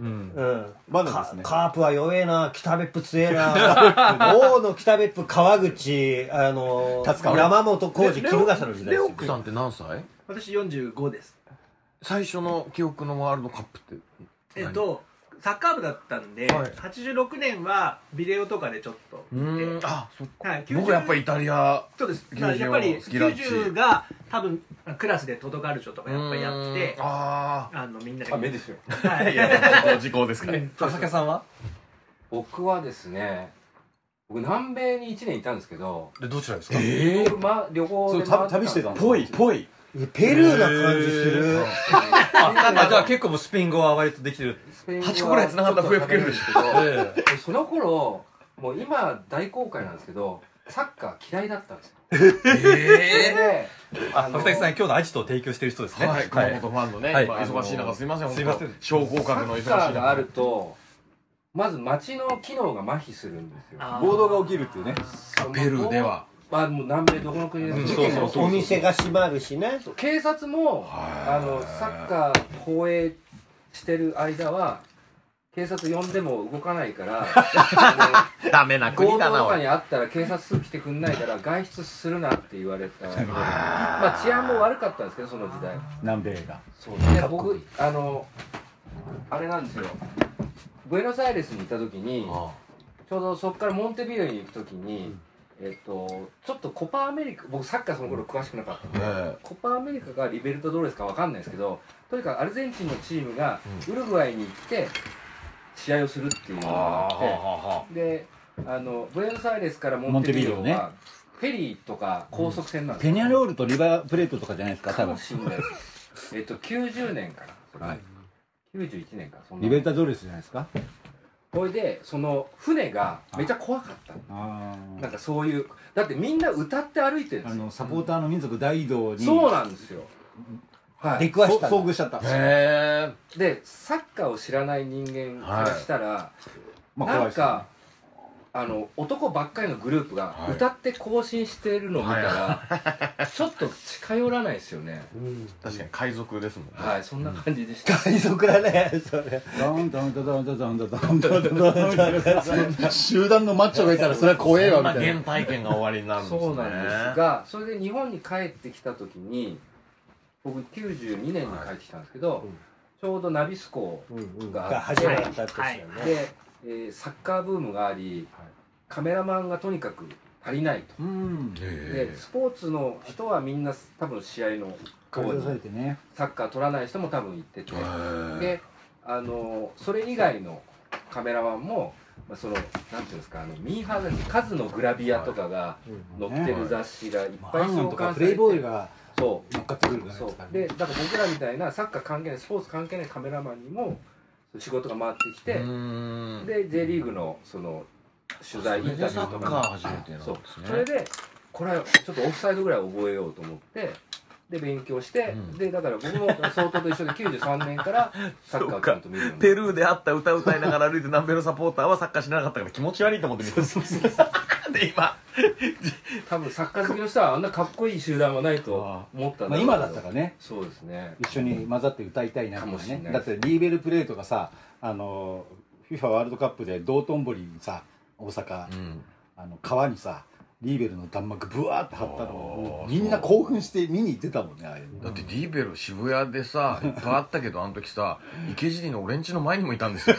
Speaker 4: うん、
Speaker 5: うん
Speaker 2: まだですね
Speaker 5: カカープは弱えな北別府強
Speaker 2: *laughs*
Speaker 5: えな王の北別府川口あの
Speaker 2: 立川
Speaker 5: 山本浩二衣笠の時代
Speaker 3: レ
Speaker 5: で
Speaker 3: オ
Speaker 5: す
Speaker 3: クさんって何歳
Speaker 6: 私45です
Speaker 3: 最初の記憶のワールドカップって
Speaker 6: えっとサッカー部だったんで、
Speaker 3: はい
Speaker 6: 86年はビデオとかでちょっと
Speaker 3: う
Speaker 6: 見て
Speaker 3: ーんあそっか
Speaker 6: はい、90
Speaker 3: 僕やっぱイタリア
Speaker 6: そうです
Speaker 3: 90
Speaker 6: だからやっぱり
Speaker 3: 好きだし
Speaker 6: 90が多分クラスでトトガルチョとかやっぱやって
Speaker 3: うーんあ
Speaker 6: あのみんなで
Speaker 7: ダメですよ
Speaker 6: は
Speaker 3: *laughs*
Speaker 6: い
Speaker 3: あいや時効ですかね
Speaker 4: 浅香さんは
Speaker 7: 僕はですね僕南米に1年いたんですけど、
Speaker 4: でどちらですか、
Speaker 7: 僕ま、旅行
Speaker 2: そう
Speaker 7: で回
Speaker 2: 旅旅してたんです
Speaker 7: ぽ
Speaker 2: いぽい
Speaker 5: ペルーな感じする
Speaker 4: あじゃあ結構もうスペイン語は割とできる、
Speaker 3: 8個ぐらい繋がったら笛吹けるでし
Speaker 7: ょ
Speaker 4: ええ
Speaker 7: その頃もう今大公開なんですけどサッカー嫌いだったんで
Speaker 3: *laughs*
Speaker 7: すよええ
Speaker 4: あの二木さん今日のアジトを提供している人ですね
Speaker 3: はい、熊本ファンのね、
Speaker 4: はい
Speaker 3: 今忙しい中すいません、
Speaker 4: すいません
Speaker 3: 本当商工
Speaker 7: サ
Speaker 3: 格の忙し
Speaker 7: ッ
Speaker 3: い
Speaker 7: カー
Speaker 3: 中
Speaker 7: があるとまず街の機能が麻痺するんですよ
Speaker 2: 暴動が起きるっていうね
Speaker 3: ペルーでは
Speaker 7: まあもう南米どこの国でも
Speaker 4: そうそうそう
Speaker 5: お店が閉まるしね
Speaker 7: 警察もあのサッカー放映してる間は警察呼んでも動かないから
Speaker 3: *laughs*
Speaker 7: あ
Speaker 3: ダメな
Speaker 7: の強盗とかにあったら警察すぐ来てくんないから外出するなって言われたまあ治安も悪かったんですけどその時代
Speaker 2: 南米が
Speaker 7: そうで僕あのあれなんですよブエノスアイレスに行った時にちょうどそこからモンテビデオに行く時に、えっとちょっとコパアメリカ僕サッカーその頃詳しくなかったんで、
Speaker 3: え
Speaker 7: コパアメリカかリベルタドーレスかわかんないですけどとにかくアルゼンチンのチームがウルグアイに行って試合をするっていうの
Speaker 3: あ
Speaker 7: が
Speaker 3: ー
Speaker 7: あ
Speaker 3: は
Speaker 7: っ
Speaker 3: あ
Speaker 7: て
Speaker 3: は
Speaker 7: であのブエノスアイレスからモンテビデオ
Speaker 2: モンテビデオ
Speaker 7: はフェリーとか高速船なんです
Speaker 2: ペニャロールとリバープレートとかじゃないですか
Speaker 7: か
Speaker 2: 多
Speaker 7: も
Speaker 2: 分
Speaker 7: しんないですえっと90年かなそれ、
Speaker 2: はい
Speaker 7: 91年かそんな
Speaker 2: リベルタドレスじゃないですか
Speaker 7: これでその船がめちゃ怖かったの
Speaker 2: あ
Speaker 7: なんかそういうだってみんな歌って歩いてるんで
Speaker 2: あ
Speaker 7: すよ
Speaker 2: のサポーターの民族大移動に
Speaker 7: そうなんですよは
Speaker 5: 出
Speaker 7: い
Speaker 5: くわしたんだ
Speaker 2: 遭遇しちゃった
Speaker 3: あへ
Speaker 7: でサッカーを知らない人間からしたら、
Speaker 2: まあ
Speaker 7: な
Speaker 2: 怖い
Speaker 7: ん
Speaker 2: ですよね
Speaker 7: かあの男ばっかりのグループが歌って更新してるのを見たら、 *laughs* ちょっと近寄らないですよね
Speaker 5: うん
Speaker 3: 確かに海賊ですもんね
Speaker 7: はいそんな感じでした、
Speaker 5: 海賊だねそれ
Speaker 2: ダウンダウンダウンダウンダウンダウンダウンダウンダウンダウン集団のマッチョがいたらそれは怖えわみ
Speaker 3: そん
Speaker 2: たい
Speaker 3: 原体験が終わりになるんですね
Speaker 7: そうなんですがそれで日本に帰ってきた時に僕92年に帰ってきたんですけど、
Speaker 5: いうん
Speaker 7: ちょうどナビスコ
Speaker 5: うんうん
Speaker 7: が
Speaker 5: が始まった年よね
Speaker 7: で、えーサッカーブームがあり、カメラマンがとにかく足りないと、
Speaker 2: うん
Speaker 3: へ
Speaker 7: でスポーツの人はみんな多分試合の
Speaker 2: 解放されてね
Speaker 7: サッカー取らない人も多分行ってて
Speaker 3: えへえ
Speaker 7: であのそれ以外のカメラマンも、まあ、そのなんていうんですかあのミーハーなんです数のグラビアとかが載ってる雑誌がいっぱい
Speaker 2: ハンガン
Speaker 7: 創
Speaker 2: とか
Speaker 7: 刊さ
Speaker 2: プ
Speaker 7: れ
Speaker 2: レイ
Speaker 7: て
Speaker 2: ボーイが
Speaker 7: そう
Speaker 2: 乗っかってくるから
Speaker 7: そうでだから僕らみたいなサッカー関係ないスポーツ関係ないカメラマンにも仕事が回ってきて、
Speaker 3: うーん
Speaker 7: で J リーグのその取材イン
Speaker 3: それ
Speaker 7: タ
Speaker 3: で
Speaker 7: ビュ
Speaker 3: サ
Speaker 7: ーと
Speaker 3: ッ
Speaker 7: か
Speaker 3: カ
Speaker 7: も
Speaker 3: ー始めてなんです
Speaker 7: そう
Speaker 3: ね
Speaker 7: それでこれはちょっとオフサイドぐらい覚えようと思ってで勉強して、
Speaker 3: うん
Speaker 7: でだから僕も相当と一緒で93年からサッカーをちゃんと見るようにな
Speaker 3: ペ
Speaker 7: る
Speaker 3: ルーであった歌歌いながら歩いて南米のサポーターはサッカーしなかったから気持ち悪いと思って見てた *laughs* で今
Speaker 7: 多分サッカー好きの人はあんなかっこいい集団はないと思ったん
Speaker 2: まあ
Speaker 7: ろうけど
Speaker 2: 今だったらね
Speaker 7: そうですね
Speaker 2: 一緒に混ざって歌いたいなと
Speaker 7: かも
Speaker 2: か
Speaker 7: しれ
Speaker 2: ね
Speaker 7: ない
Speaker 2: だってリーベルプレーとかさあの FIFA ワールドカップで道頓堀にさ大阪、
Speaker 3: ん
Speaker 2: あの川にさリーベルの弾幕ブワーって貼ったのを
Speaker 3: あー
Speaker 2: みんな興奮して見に行ってたもんねああいうの
Speaker 3: だってディーベル渋谷でさいっぱいあったけどあの時さ池尻の俺んちの前にもいたんです *laughs* よ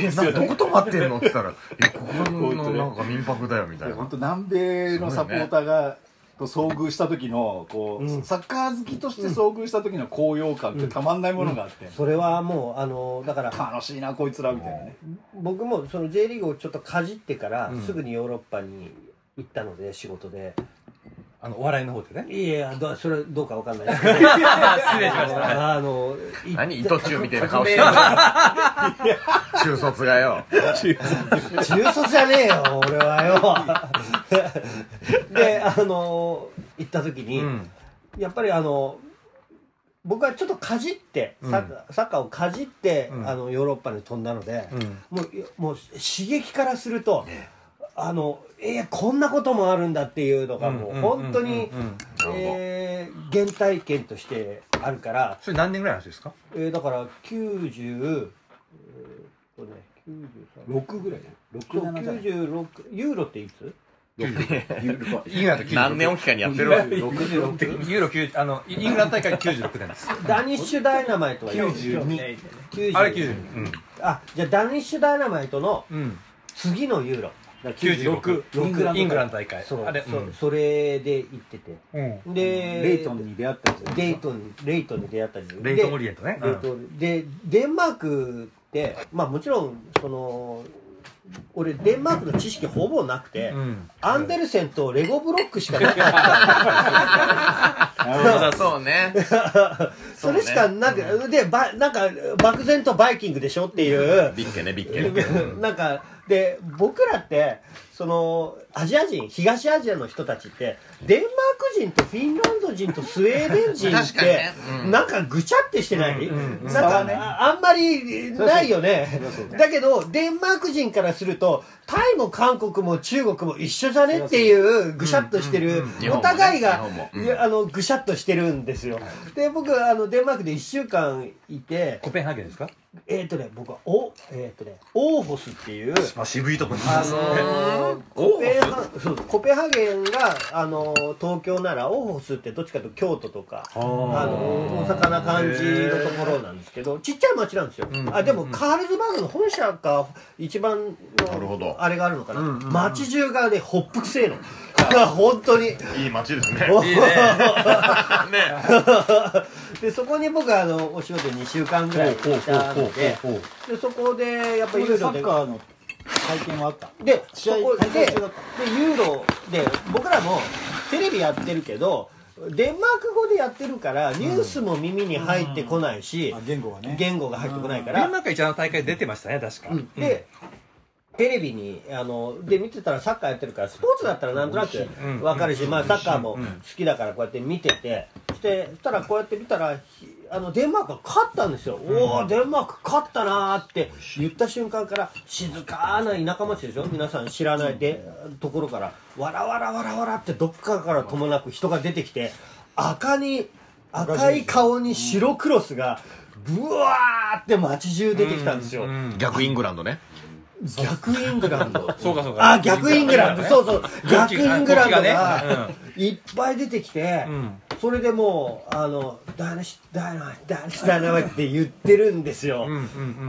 Speaker 3: えなどこ泊まってんのって言ったら「いやここのなんか民泊だよ」みたいな
Speaker 2: 本当南米のサポーターがと遭遇した時のこう、
Speaker 5: うん
Speaker 2: サッカー好きとして遭遇した時の高揚感ってたまんないものがあって、
Speaker 5: それはもうあのだから
Speaker 2: 楽しいなこいつらみたいなね
Speaker 5: 僕もその J リーグをちょっとかじってから、
Speaker 3: うん
Speaker 5: すぐにヨーロッパに行ったので仕事で
Speaker 4: あのお笑いの方
Speaker 6: *laughs*
Speaker 4: でね
Speaker 5: いやどそれどうかわかんない *laughs* ですけど
Speaker 4: 失礼しました
Speaker 5: あの
Speaker 3: 何
Speaker 5: 行っ
Speaker 3: 糸中みたいな顔してる中卒がよ
Speaker 5: *laughs* 中卒じゃねえよ俺はよであの行った時に、
Speaker 3: うん
Speaker 5: やっぱりあの僕はちょっとかじってサッ,、サッカーをかじって、
Speaker 4: うん
Speaker 5: あのヨーロッパに飛んだので、
Speaker 4: ん
Speaker 5: もうもう刺激からすると、あのえーこんなこともあるんだっていうのがもう本当に
Speaker 4: うんうんうんうん
Speaker 5: えー原体験としてあるから、
Speaker 4: それ何年ぐらいの話ですか
Speaker 5: えーだから90、えーっとね、93
Speaker 2: 6ぐらい
Speaker 5: そう
Speaker 2: 67じゃない
Speaker 5: 96ユーロっていつ
Speaker 4: イングランド96
Speaker 3: 何
Speaker 4: *laughs*
Speaker 3: 年おきかにやってるわ
Speaker 4: ユーロ90あのイングランド大会96年です
Speaker 5: ダニッシュダイナマイトは
Speaker 2: 92
Speaker 5: 90
Speaker 4: あれ90
Speaker 5: あじゃあダニッシュダイナマイトの
Speaker 4: うん、うん、
Speaker 5: 次のユーロ
Speaker 4: 96
Speaker 2: イングランド
Speaker 4: イングランド大会
Speaker 5: そう
Speaker 4: あれ
Speaker 5: そう
Speaker 4: うん
Speaker 5: それで行ってて
Speaker 4: うん
Speaker 5: で
Speaker 2: レイトンに出会ったんじゃない
Speaker 5: デイトンレイトンに出会った時
Speaker 4: レイトンオリエントね
Speaker 5: えっとでデンマークってまあもちろんその俺デンマークの知識ほぼなくて、
Speaker 4: うん
Speaker 5: アンデルセンとレゴブロックしかなかった
Speaker 4: *laughs*
Speaker 3: そうだそうね
Speaker 5: それしかなく、でばなんか漠然とバイキングでしょっていう、
Speaker 3: ビッケねビッケ
Speaker 5: *laughs* なんかで僕らってそのアジア人東アジアの人たちってデンマーク人とフィンランド人とスウェーデン人っ
Speaker 3: 確かに
Speaker 5: て
Speaker 3: ね、うん
Speaker 5: なんかぐちゃってしてない、なん
Speaker 2: 差
Speaker 5: か、
Speaker 2: はね
Speaker 5: ああんまりないよねだけどデンマーク人からするとタイも韓国も中国も一緒じゃねっていうぐしゃっとしてる、
Speaker 3: 日本も
Speaker 5: お
Speaker 3: ね
Speaker 5: 互いが、
Speaker 3: 日本もうん
Speaker 5: いやあのぐしゃっとしてるんですよで僕あのデンマークで1週間いて
Speaker 4: コペンハーゲンですか
Speaker 5: えっ、ー、とね僕はおえっ、ー、とねオーホスっていう
Speaker 4: まあ渋いとこに
Speaker 5: あのーコペンハそうコペンハーゲンが、あのー東京ならオーホスってどっちかというと京都とかあのー大阪な感じのところなんですけどちっちゃい町なんですよ、あでもカールズバーグの本社が一番
Speaker 3: なるほ
Speaker 5: の
Speaker 3: ど
Speaker 5: あれがあるのかな、町中がねほっぷくせえの *laughs* 本当に
Speaker 3: いい街です
Speaker 5: *laughs*
Speaker 3: ね
Speaker 5: お
Speaker 3: いいねね
Speaker 5: *laughs* でそこに僕はあのお仕事2週間ぐらいいたのででそこでやっぱ
Speaker 2: そ
Speaker 5: ユ
Speaker 2: れで
Speaker 5: ー
Speaker 2: サ
Speaker 5: ロで
Speaker 2: ッカーの体験はあった
Speaker 5: で
Speaker 2: 試
Speaker 5: そ
Speaker 2: 合
Speaker 5: こで
Speaker 2: 大会
Speaker 5: で
Speaker 2: 中だっ
Speaker 5: ユーロで僕らもテレビやってるけどデンマーク語でやってるからニュースも耳に入ってこないし、
Speaker 2: あ言語はね
Speaker 5: 言語が入ってこない
Speaker 4: デ
Speaker 5: から、
Speaker 4: ンマークは一応あの大会出てましたね確か、
Speaker 5: で、テレビにあので見てたらサッカーやってるからスポーツだったらなんとなく
Speaker 4: うん
Speaker 5: 分かるし、まあ、サッカーも好きだからこうやって見ててそしてそしたらこうやって見たらひあのデンマークが勝ったんですよ、おおデンマーク勝ったなーって言った瞬間から静かな田舎町でしょ皆さん知らないで、ところからわらわらわらわらってどっかからともなく人が出てきて赤に赤い顔に白クロスがブワーって街中出てきたんですよ、
Speaker 3: 逆イングランドね
Speaker 5: 逆イングランド
Speaker 4: *laughs* そうかそうか
Speaker 5: あ逆イングランドそうそう逆イングランド
Speaker 4: こっち
Speaker 5: が
Speaker 4: がね
Speaker 5: いっぱい出てきて
Speaker 4: ん
Speaker 5: それでもうあのダイナシダイナマイトダイナシダイナマイトって言ってるんですよ
Speaker 4: うんうんう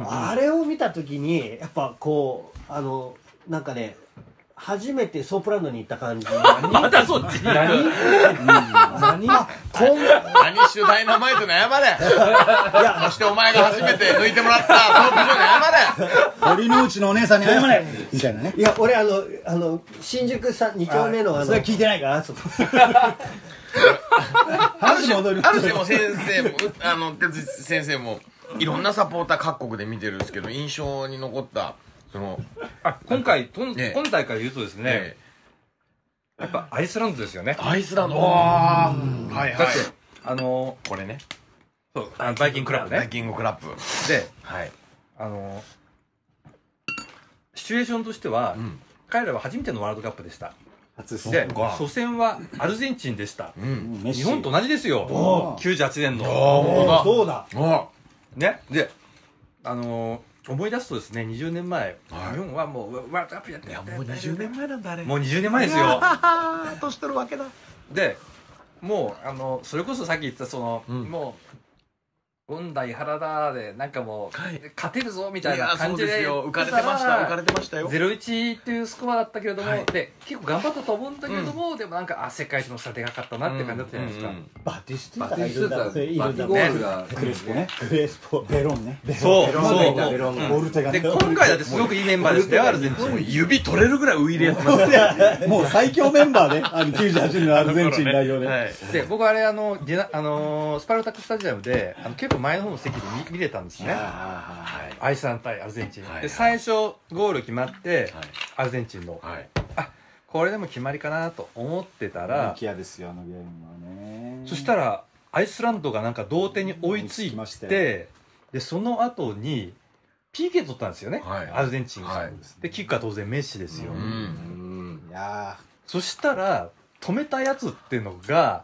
Speaker 4: ん
Speaker 5: あれを見た時にやっぱこうあのなんかね初めてソープランドに行った
Speaker 4: *laughs*
Speaker 5: 感じ
Speaker 3: またそっち
Speaker 4: 何
Speaker 5: 何あこんい
Speaker 3: 何主題名前との山でそ
Speaker 5: や
Speaker 3: してお前が初めて抜いてもらったソープ場の山で
Speaker 2: 堀之内のお姉さんに謝れみたいなね
Speaker 5: いや俺あのあの新宿さ2丁目のあの
Speaker 2: それは聞いてないか
Speaker 5: あそう
Speaker 2: 話戻る
Speaker 3: ある種も先生も *laughs* うあの哲司先生もいろんなサポーター各国で見てるんですけど印象に残ったその
Speaker 4: あ今回とん
Speaker 3: ね
Speaker 4: 今大会で言うとですね
Speaker 3: え
Speaker 4: やっぱアイスランドですよね
Speaker 3: ーアイスランドあーはいはい
Speaker 4: あの
Speaker 3: これね
Speaker 4: そうあのバイキングクラブ
Speaker 3: ライ
Speaker 4: ね
Speaker 3: キングクラップ
Speaker 4: で
Speaker 3: はい
Speaker 4: あのシチュエーションとしては、
Speaker 3: ん
Speaker 4: 彼らは初めてのワールドカップでした
Speaker 2: 初出
Speaker 4: で
Speaker 2: 演
Speaker 3: か
Speaker 4: 初戦はアルゼンチンでした、
Speaker 3: うん
Speaker 2: メッシ
Speaker 4: 日本と同じですよ98年
Speaker 3: あー
Speaker 4: の
Speaker 5: お
Speaker 3: 本
Speaker 5: そうだ
Speaker 3: 当だあ
Speaker 4: ねであのー思い出すとですね20年前、
Speaker 3: はい
Speaker 4: 日本はもうワールドカップやってやって
Speaker 3: もう20年前なんだあれ
Speaker 4: もう20年前ですよ
Speaker 3: としてるわけだ
Speaker 4: でもうあのそれこそさっき言ったその、
Speaker 3: うん
Speaker 4: もう権田井原田でなんかもう、
Speaker 3: はい
Speaker 4: 勝てるぞ
Speaker 3: い
Speaker 4: みたいな
Speaker 3: やそ
Speaker 4: 感
Speaker 3: う
Speaker 4: じ
Speaker 3: です
Speaker 4: で
Speaker 3: よ浮かれてました浮かれてましたよ
Speaker 4: ゼロ一というスコアだったけれども、
Speaker 3: はい
Speaker 4: で結構頑張ったと思うんだけれども、でもなんかあ世界一の差でかかったなって感じだったじゃないですか、
Speaker 3: うんうん
Speaker 5: バティストゥ
Speaker 7: バ
Speaker 5: ータ
Speaker 7: テ
Speaker 5: が
Speaker 7: ィ
Speaker 5: い
Speaker 7: ス
Speaker 5: るん
Speaker 7: ト
Speaker 5: だ
Speaker 7: ゥータ
Speaker 5: い
Speaker 7: バ
Speaker 5: るん
Speaker 7: ティ
Speaker 5: だ
Speaker 7: ゴールが
Speaker 2: クレスポね
Speaker 5: クレスポ
Speaker 2: ベロンね
Speaker 4: そうそう
Speaker 5: ベロンがいたベ
Speaker 4: で
Speaker 5: ロンが
Speaker 2: ボルテがね
Speaker 4: 今回だってすごくいいメンバーですねアルゼンチン
Speaker 3: 指取れるぐらいウイレやってますね
Speaker 2: もう最強メンバーで、あの98年のアルゼンチン代表
Speaker 3: は
Speaker 2: で。
Speaker 3: い
Speaker 4: で僕あれあのディナあのースパルタクスタジアムであの結構前の方の席で見見れたんですねアイスランド対アルゼンチン、
Speaker 3: はいはい
Speaker 4: で最初ゴール決まって、
Speaker 3: はい
Speaker 4: アルゼンチンの、
Speaker 3: はい
Speaker 4: これでも決まりかなと思ってた
Speaker 2: ノ
Speaker 4: ら、
Speaker 2: キアですよ、あのゲームはね。
Speaker 4: そしたらアイスランドがなんか同点に追いつ
Speaker 2: 追いつ
Speaker 4: い
Speaker 2: き
Speaker 4: て
Speaker 2: ました
Speaker 4: でその後に PK 取ったんですよね、
Speaker 3: はい
Speaker 4: アルゼンチンが、
Speaker 3: はい
Speaker 4: でキックは当然メッシですよ、
Speaker 3: うん
Speaker 2: いや
Speaker 4: そしたら止めたやつっていうのが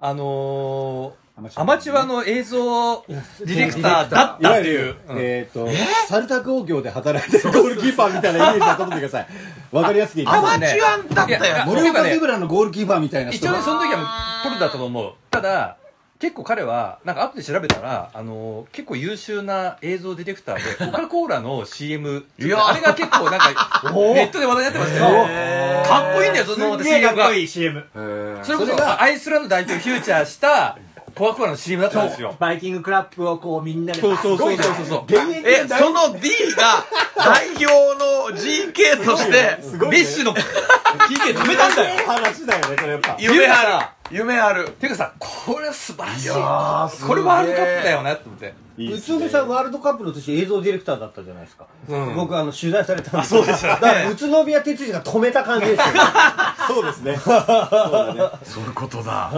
Speaker 4: あ
Speaker 2: ー
Speaker 4: のーアマチュアの映像ディレクターだっ
Speaker 2: いわ
Speaker 4: たって
Speaker 2: ゆ
Speaker 4: いう
Speaker 2: る、、えっと、サルタ工業で働いてるゴールキーパーみたいなイメージだと思ってください。わかりやすく言
Speaker 3: ア
Speaker 2: っ
Speaker 3: マ
Speaker 2: て
Speaker 3: チュアだったやつ
Speaker 4: いや
Speaker 2: 森岡ゼブラのゴールキーパーみたいな
Speaker 4: 一
Speaker 2: 人
Speaker 4: 応
Speaker 2: が
Speaker 4: ねその時はもうプロだったと思うただ結構彼はなんか後で調べたら、あのー結構優秀な映像ディレクター *laughs* でコカ・コーラの CM
Speaker 3: いや
Speaker 4: あれが結構なんかネットで話題になってましたよかっこいいんだよその
Speaker 6: すげえか
Speaker 4: CM
Speaker 6: っ
Speaker 4: が
Speaker 6: こいい CM
Speaker 4: それこそアイスランド代表をフューチャーしたコカ・コーラの CM だったんですよ
Speaker 6: バイキングクラップをこうみんなで
Speaker 4: そうそうそうそうそうそう
Speaker 3: えその D
Speaker 4: *laughs*
Speaker 3: が代表の GK として
Speaker 4: メッシの PK 止めたんだよ
Speaker 2: 話だよね、これやっぱ。
Speaker 3: 夢ある夢ある
Speaker 4: ていうかさこれは素晴らしい
Speaker 3: や
Speaker 4: これワールドカップだよなって思って
Speaker 5: 宇都宮さんワールドカップの年映像ディレクターだったじゃないですか、
Speaker 4: うん
Speaker 5: 僕あの取材されたんですそうでした、だから宇都宮哲司が止めた感じですよ
Speaker 2: そうですね。
Speaker 3: そういうことだ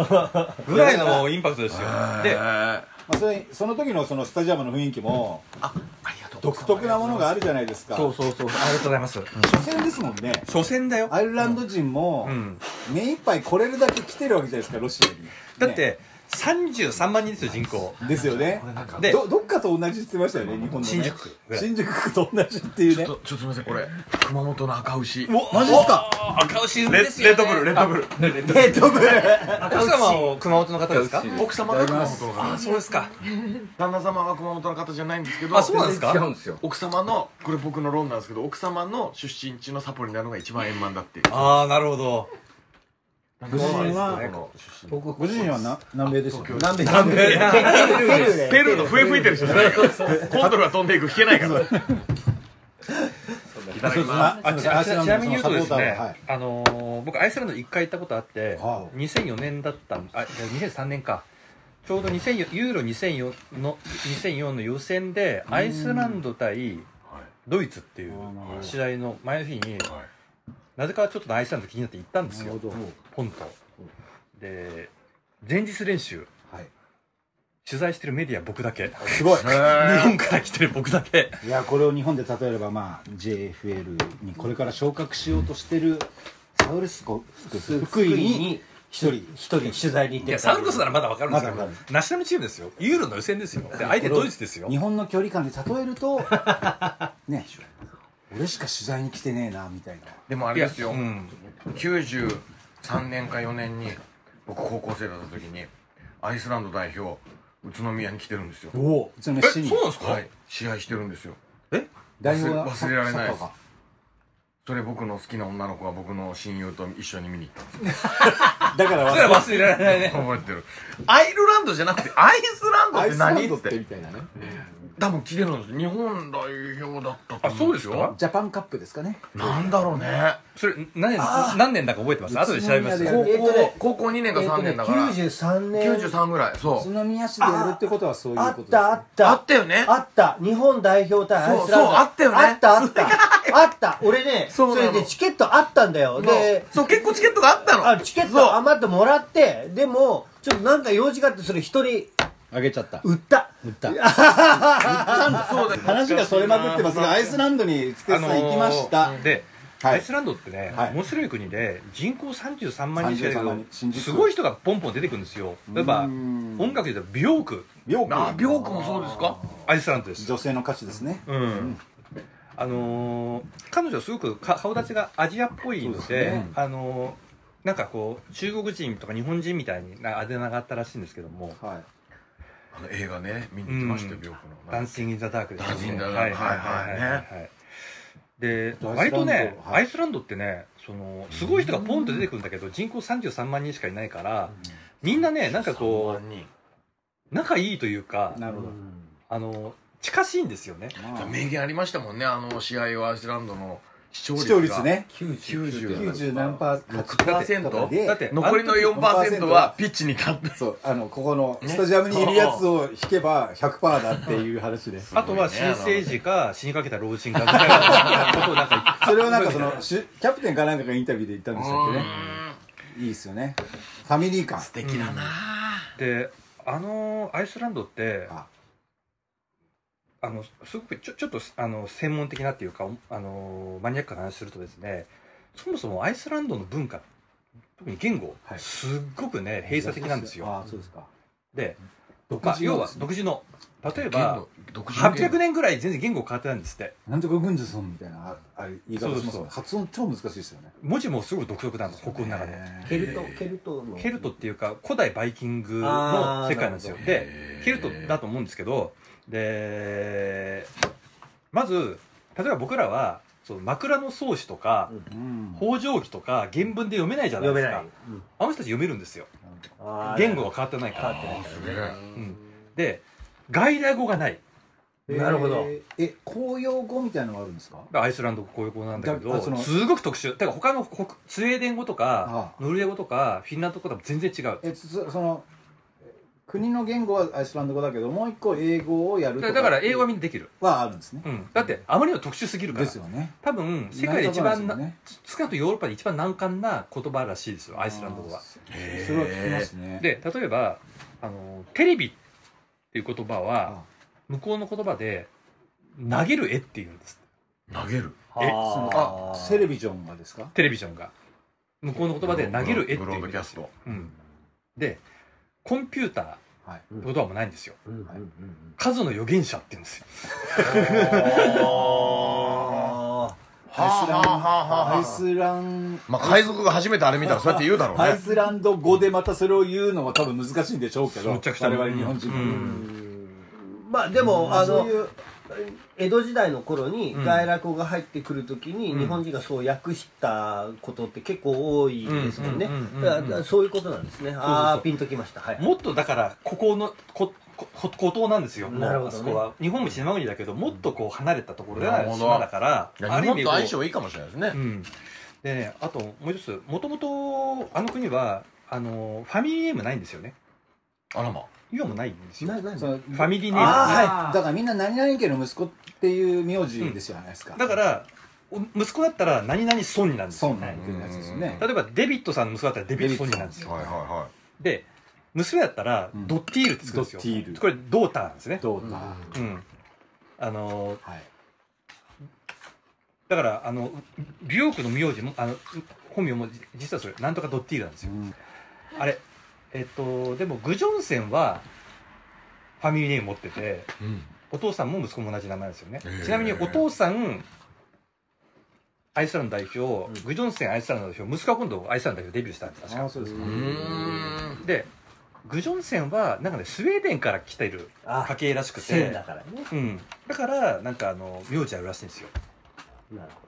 Speaker 4: ぐらいのインパクトですよ
Speaker 3: で
Speaker 4: で
Speaker 3: あ
Speaker 2: まあ、それその時のそのスタジアムの雰囲気も
Speaker 3: ありがとう
Speaker 2: 独特なものがあるじゃないですか
Speaker 4: そうそうそうありがとうございます
Speaker 2: 初戦ですもんね
Speaker 4: 初戦だよ
Speaker 2: アイルランド人も
Speaker 4: ん
Speaker 2: 目いっぱい来れるだけ来てるわけじゃないですかロシアに、ね
Speaker 4: だって33万人ですよ人口
Speaker 2: ですよね
Speaker 4: で
Speaker 2: どどっかと同じって言ってましたよね日本の、ね、
Speaker 4: 新宿区ぐらい
Speaker 2: 新宿区と同じっていう
Speaker 3: ちょ
Speaker 2: ね
Speaker 3: っとちょっとすみませんこれ熊本の赤牛レ
Speaker 2: マジですか
Speaker 4: 赤牛産です
Speaker 3: ッドブルレッドブル
Speaker 4: 奥様も熊本の方ですか
Speaker 3: 奥様が熊本の方
Speaker 4: あそうですか
Speaker 3: 旦那様は熊本の方じゃないんですけど
Speaker 4: あそうなんですか
Speaker 7: 違うんですよ
Speaker 3: 奥様のこれ僕の論なんですけど奥様の出身地のサポリなのが一番円満だっていう
Speaker 4: ああなるほど
Speaker 2: ご自身は
Speaker 5: 僕
Speaker 2: ご自身はな南米でしたっけ
Speaker 5: 南米南米ペルーで
Speaker 3: ペルーの笛吹いてる人じゃないからコンドルが飛んでいく弾けない *laughs* からいただきま
Speaker 2: あ
Speaker 4: あちなちなみに言うとですね、
Speaker 2: はい
Speaker 4: あのー僕アイスランド1回行ったことあって、
Speaker 2: はあ
Speaker 4: 2004年だったんあじゃあ2003年かちょうど2004ユーロ2004の2004の予選でアイスランド対ドイツっていう試合の前の日に、なぜかちょっとアイスランド気になって行ったんですよ
Speaker 2: なるほど
Speaker 4: ポンとで前日練習
Speaker 2: はい
Speaker 4: 取材してるメディア僕だけ
Speaker 2: すごい
Speaker 4: 日本から来てる僕だけ
Speaker 2: いやこれを日本で例えればまあ JFL にこれから昇格しようとしてるサウルスコ福井に一人
Speaker 5: 一人取材に行っ
Speaker 4: い
Speaker 5: て
Speaker 4: やサウルスならまだ分かるんですけ
Speaker 2: まだ
Speaker 4: ど
Speaker 2: わか
Speaker 4: ナショナルチームですよユーロの予選ですよで相手ドイツですよ
Speaker 2: 日本の距離感で例えるとね俺しか取材に来てねえなみたいな
Speaker 3: でもあれですよ、
Speaker 4: うん
Speaker 3: 93年か4年に僕高校生だった時にアイスランド代表宇都宮に来てるんですよ
Speaker 4: おお
Speaker 2: うちの
Speaker 4: え
Speaker 2: 市に
Speaker 4: そうなんですか、
Speaker 3: はい試合してるんですよ
Speaker 2: 代表は
Speaker 3: 忘れ忘れられないで
Speaker 2: サッ
Speaker 3: す
Speaker 2: カーが
Speaker 3: それ僕の好きな女の子が僕の親友と一緒に見に行ったんですよ
Speaker 2: だから
Speaker 4: それは忘れられないね
Speaker 3: 覚えてるアイルランドじゃなくてアイスランドって何って
Speaker 7: みたいなね
Speaker 3: 多分来てるんです日本代表だったと思ん
Speaker 4: あそう
Speaker 3: よ
Speaker 2: ジャパンカップですかね
Speaker 3: なんだろうね
Speaker 4: それ何年何年だか覚えてます後で調べます
Speaker 2: 宇都宮で
Speaker 3: 高
Speaker 2: や
Speaker 3: 校
Speaker 5: えっとね
Speaker 3: 高校2年か3年だから、
Speaker 5: 93年
Speaker 3: 93ぐらいそ
Speaker 2: 宇
Speaker 3: う
Speaker 2: 都宮市でやるってことはそういう
Speaker 5: あ
Speaker 2: こと
Speaker 5: っ
Speaker 2: ですね
Speaker 5: たあった
Speaker 3: あったよね
Speaker 5: あった日本代表対アイスラン
Speaker 3: そ
Speaker 5: ド
Speaker 3: うそうあったよね
Speaker 5: あったあったあった俺ね
Speaker 3: そう
Speaker 5: そ
Speaker 3: なの
Speaker 5: れでチケットあったんだよで
Speaker 3: そうそう結構チケットがあったの
Speaker 5: あチケッ
Speaker 3: そう
Speaker 5: ト余ってもらってでもちょっとなんか用事があってそれ一人
Speaker 2: あげちゃった
Speaker 5: 売った
Speaker 2: 売った話がそれまくってますがアイスランドにつけさん行きました
Speaker 4: あのーで、
Speaker 2: はい
Speaker 4: アイスランドってね、
Speaker 2: はい
Speaker 4: 面白い国で人口33万人しかい
Speaker 2: 33
Speaker 4: な
Speaker 2: 万人
Speaker 4: いけど
Speaker 2: 新宿
Speaker 4: すごい人がポンポン出てくるんですよ例えば
Speaker 2: うん
Speaker 4: 音楽で言うと美容区
Speaker 2: よく
Speaker 3: あビョークもそうですか
Speaker 4: アイスランドです
Speaker 2: 女性の歌手ですね
Speaker 4: うんあのー彼女はすごくか顔立ちがアジアっぽいので
Speaker 2: そうですね
Speaker 4: あのーなんかこう中国人とか日本人みたいになあでながあったらしいんですけども
Speaker 2: はい
Speaker 3: あの映画ね見に行きましたよ
Speaker 4: うん
Speaker 3: ビョーク
Speaker 4: ダン
Speaker 3: の
Speaker 4: シング・イン・ザ・ダークです
Speaker 3: ダンシングインザダーク
Speaker 4: はいはいはいはいはい
Speaker 3: はい
Speaker 4: はい。で、
Speaker 2: アイスランド
Speaker 4: 割とね、
Speaker 2: はい
Speaker 4: アイスランドってね、その、すごい人がポンと出てくるんだけど、人口33万人しかいないから、みんなね、なんかこ
Speaker 3: 3万人
Speaker 4: う、仲いいというか、
Speaker 2: なるほど
Speaker 4: あの、近しいんですよね。
Speaker 2: まあ
Speaker 3: 名言ありましたもんねあの試合はアイスランドの視聴率
Speaker 2: 視
Speaker 3: が
Speaker 2: 聴率ね
Speaker 3: 90
Speaker 2: 90何パー
Speaker 3: 6%
Speaker 2: で
Speaker 4: だって、
Speaker 3: 残りの4%はピッチに立って
Speaker 2: そうあのここのスタジアムにいるやつを引けば100%だっていう話です
Speaker 4: あとは新生児か死にかけた老人かみたいなことをなんか
Speaker 2: それをなんかそのしキャプテンかなんかがインタビューで言ったんでしたっけねいいですよねファミリー感
Speaker 3: 素敵だな
Speaker 4: 言って、あの、アイスランドって
Speaker 2: あ、
Speaker 4: あの、すごくちょ、ちょっと、あの、専門的なっていうか、あの、マニアックな話するとですね、そもそもアイスランドの文化、特に言語、
Speaker 2: はい
Speaker 4: すっごくね、閉鎖的なんですよ。
Speaker 2: ああそうですか
Speaker 4: で、
Speaker 2: 独
Speaker 4: まあ、
Speaker 2: 自
Speaker 4: 要
Speaker 2: ので
Speaker 4: は
Speaker 2: すね
Speaker 4: 独自の例えば
Speaker 3: ぁ独自の言
Speaker 4: 800年ぐらい全然言語変わってないんですって
Speaker 2: なんとかグンズソンみたいなああれ言い方します
Speaker 4: そうそ
Speaker 2: よ
Speaker 4: う
Speaker 2: 発音超難しいですよね
Speaker 4: 文字もすごく独特なの北欧の中で
Speaker 5: ケルトケルトの
Speaker 4: ケルトっていうか古代バイキングの世界なんですよ
Speaker 5: あ
Speaker 4: でケルトだと思うんですけどでまず例えば僕らはその枕草子とか、
Speaker 2: うん
Speaker 4: 北条記とか原文で読めないじゃないで
Speaker 5: 読め
Speaker 4: す
Speaker 5: な
Speaker 4: か
Speaker 5: いうん
Speaker 4: あの人たち読めるんですよ
Speaker 5: あー
Speaker 4: 言語が変わってないから
Speaker 5: 変わってない
Speaker 3: すげえ
Speaker 4: うん、で外来語がない
Speaker 5: なるほど
Speaker 2: えーえ紅葉語みたいなのがあるんですか
Speaker 4: アイスランド語こういう語なんだけ
Speaker 2: だ
Speaker 4: ど
Speaker 2: あその
Speaker 4: すごく特殊だから他の国スウェーデン語とか
Speaker 2: ああ
Speaker 4: ノルウェー語とかフィンランド語とか全然違う
Speaker 2: えつつそのえ国の言語はアイスランド語だけどもう一個英語をやると
Speaker 4: だ
Speaker 2: か
Speaker 4: だから英語はみんなできる、
Speaker 2: はあるんですね
Speaker 4: うん、だってあまりにも特殊すぎるか
Speaker 2: で
Speaker 4: ら
Speaker 2: すよね
Speaker 4: 多分世界で一
Speaker 2: 意
Speaker 4: 番
Speaker 2: 外と
Speaker 4: な、
Speaker 2: そうですよね
Speaker 4: 少なくともヨーロッパで一番難関な言葉らしいですよアイスランド語は
Speaker 3: へー
Speaker 2: それは聞きますね
Speaker 4: で例えばあのテレビっていう言葉は
Speaker 2: あ
Speaker 4: 向こうの言葉で投げる絵っていうんです
Speaker 3: 投げる
Speaker 5: え
Speaker 2: そのあテレビジョンがですか
Speaker 4: テレビジョンが向こうの言葉で投げる絵っ
Speaker 3: ブ
Speaker 4: てい
Speaker 3: ロ
Speaker 4: う
Speaker 3: ー
Speaker 4: ん
Speaker 3: ド
Speaker 4: で
Speaker 3: キャスト
Speaker 4: うん、でコンピューター
Speaker 2: はい
Speaker 4: って言葉もないんですよ
Speaker 5: うんうん
Speaker 4: 数の預言者って言うんですよ
Speaker 5: あ
Speaker 2: アイスラン
Speaker 3: はあはあはあはあ
Speaker 2: アイスラン
Speaker 3: まあ海賊が初めてあれ見たらそうやって言うだろう
Speaker 2: アイ
Speaker 3: ね
Speaker 2: スランド語でまたそれを言うのは多分難しいんでしょうけど
Speaker 4: むちゃくちゃ
Speaker 2: 我々日本人も、
Speaker 4: うん
Speaker 5: ーまあでもあ
Speaker 2: そ
Speaker 5: の
Speaker 2: ういう
Speaker 5: 江戸時代の頃に
Speaker 4: うん
Speaker 5: 外来語が入ってくるときに
Speaker 4: うん
Speaker 5: 日本人がそう訳したことって結構多いですもんね
Speaker 4: うんうんうんうん
Speaker 5: だからそういうことなんですねああピンときましたはい
Speaker 4: もっとだからここのこここ孤島なんですよもう
Speaker 5: なるほどね
Speaker 4: あそこは日本も島国だけどもっとこう離れたところで
Speaker 3: なるほど
Speaker 4: 島だから
Speaker 3: いや日本と
Speaker 4: こう
Speaker 3: 相性いいかもしれないですね
Speaker 4: うんでねあともう一つもともとあの国はあのファミリーネームないんですよね
Speaker 3: あらま
Speaker 4: 今もないんですよ
Speaker 5: なな
Speaker 2: その
Speaker 4: ファミリーネーム
Speaker 2: あ
Speaker 4: が
Speaker 2: ー
Speaker 4: ない
Speaker 2: はいだからみんな何々家の息子っていう名字ですよ、ないですか
Speaker 4: だからお息子だったら何々孫になるんです
Speaker 2: そ
Speaker 4: よ
Speaker 2: うなんていうやつですよね
Speaker 4: 例えばデビッドさんの息子だったらデビッド孫になるんですよ
Speaker 3: はいはいは
Speaker 4: で娘だったら
Speaker 2: うん
Speaker 4: ドッティールってつくんですよ、
Speaker 2: ドッティール
Speaker 4: これドーターなんですね
Speaker 2: どうだ、
Speaker 4: うんあの
Speaker 2: はい
Speaker 4: だからあのリュークの名字もあの本名もじ実はそれなんとかドッティールなんですよ、あれえっとでもグジョンセンはファミリーネーム持ってて
Speaker 3: うん
Speaker 4: お父さんも息子も同じ名前ですよね、
Speaker 3: へー
Speaker 4: ちなみにお父さんアイスランド代表、グジョンセンアイスランド代表息子は今度アイスランド代表デビューしたんです確
Speaker 2: あ
Speaker 4: か
Speaker 2: そうですか
Speaker 3: うーん
Speaker 4: でグジョンセンはなんかねスウェーデンから来ている
Speaker 5: あ
Speaker 4: 家系らしく
Speaker 5: 線
Speaker 4: て
Speaker 5: だからね
Speaker 4: うん、だからなんかあの名字あるらしいんですよ
Speaker 5: なるほ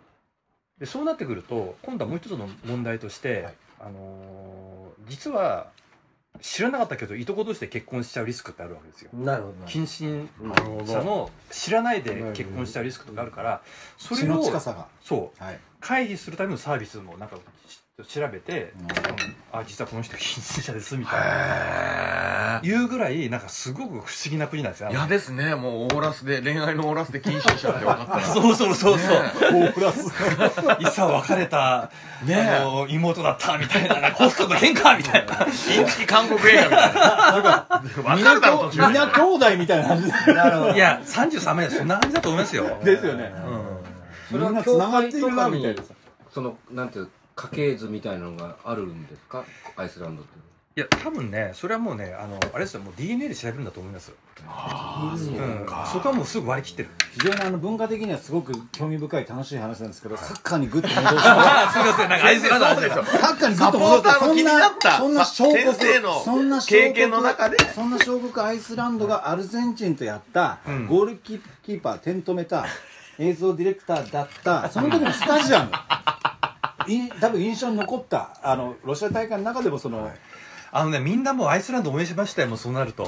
Speaker 4: でそうなってくると今度はもう一つの問題として、
Speaker 3: はい
Speaker 4: あのー実は知らなかったけどいとこ同士で結婚しちゃうリスクってあるわけですよ
Speaker 5: どなるほど
Speaker 4: 近親
Speaker 3: なるほど
Speaker 4: 者の知らないで結婚しちゃうリスクとかあるからそ
Speaker 2: 血
Speaker 4: れ
Speaker 2: の
Speaker 4: を
Speaker 2: 近さが
Speaker 4: そう
Speaker 2: はい
Speaker 4: 回避するためのサービスもなんかし調べて、
Speaker 2: うん
Speaker 4: うんあ実はこの人近親者ですみたいな
Speaker 3: へえ
Speaker 4: いうぐらいなんかすごく不思議な国なんですよ
Speaker 3: 嫌ですねもうオーラスで恋愛のオーラスで禁止しちゃって分かったら
Speaker 4: そうそうそうそう、
Speaker 2: 大プラス
Speaker 4: いさ別れた、
Speaker 3: ねえ
Speaker 4: あの妹だったみたいなホストと喧嘩みたいな
Speaker 3: インチキ韓国映画みたいな分かるだろ途中で
Speaker 2: 皆兄弟みたいな感じ *laughs* で
Speaker 5: なるほど
Speaker 4: いや33名そんな感じだと思いますよ、
Speaker 2: ですよね
Speaker 4: うん、
Speaker 7: そ
Speaker 2: みん
Speaker 7: れは
Speaker 2: な繋
Speaker 7: 教
Speaker 2: がっ
Speaker 7: 会
Speaker 2: てい
Speaker 7: と
Speaker 2: る
Speaker 7: か
Speaker 2: なみたい
Speaker 7: に
Speaker 2: な
Speaker 7: そのなんていう家系図みたいなのがあるんですかアイスランドって
Speaker 4: いや多分ねそれはもうねあのあれですよもう DNA で調べるんだと思いますよ
Speaker 3: ああそう
Speaker 4: うん
Speaker 3: か
Speaker 4: そこはもうすぐ割り切ってる
Speaker 2: 非常にあの文化的にはすごく興味深い楽しい話なんですけどサッカーにグッと戻して
Speaker 4: あすいませんなんかアイスランド
Speaker 3: そうですよ
Speaker 2: サッカーにグッと戻って
Speaker 3: サポーターも気になった
Speaker 2: そんなそんな小国
Speaker 3: 先生の
Speaker 2: そんな小国
Speaker 3: 経験の中で
Speaker 2: そんな小国アイスランドがアルゼンチンとやった、
Speaker 4: ん
Speaker 2: ゴールキーパー点止めた映像ディレクターだったその時のスタジアムい多分印象に残ったあのロシア大会の中でもその、
Speaker 4: あのねみんなもうアイスランド応援しましたよもうそうなると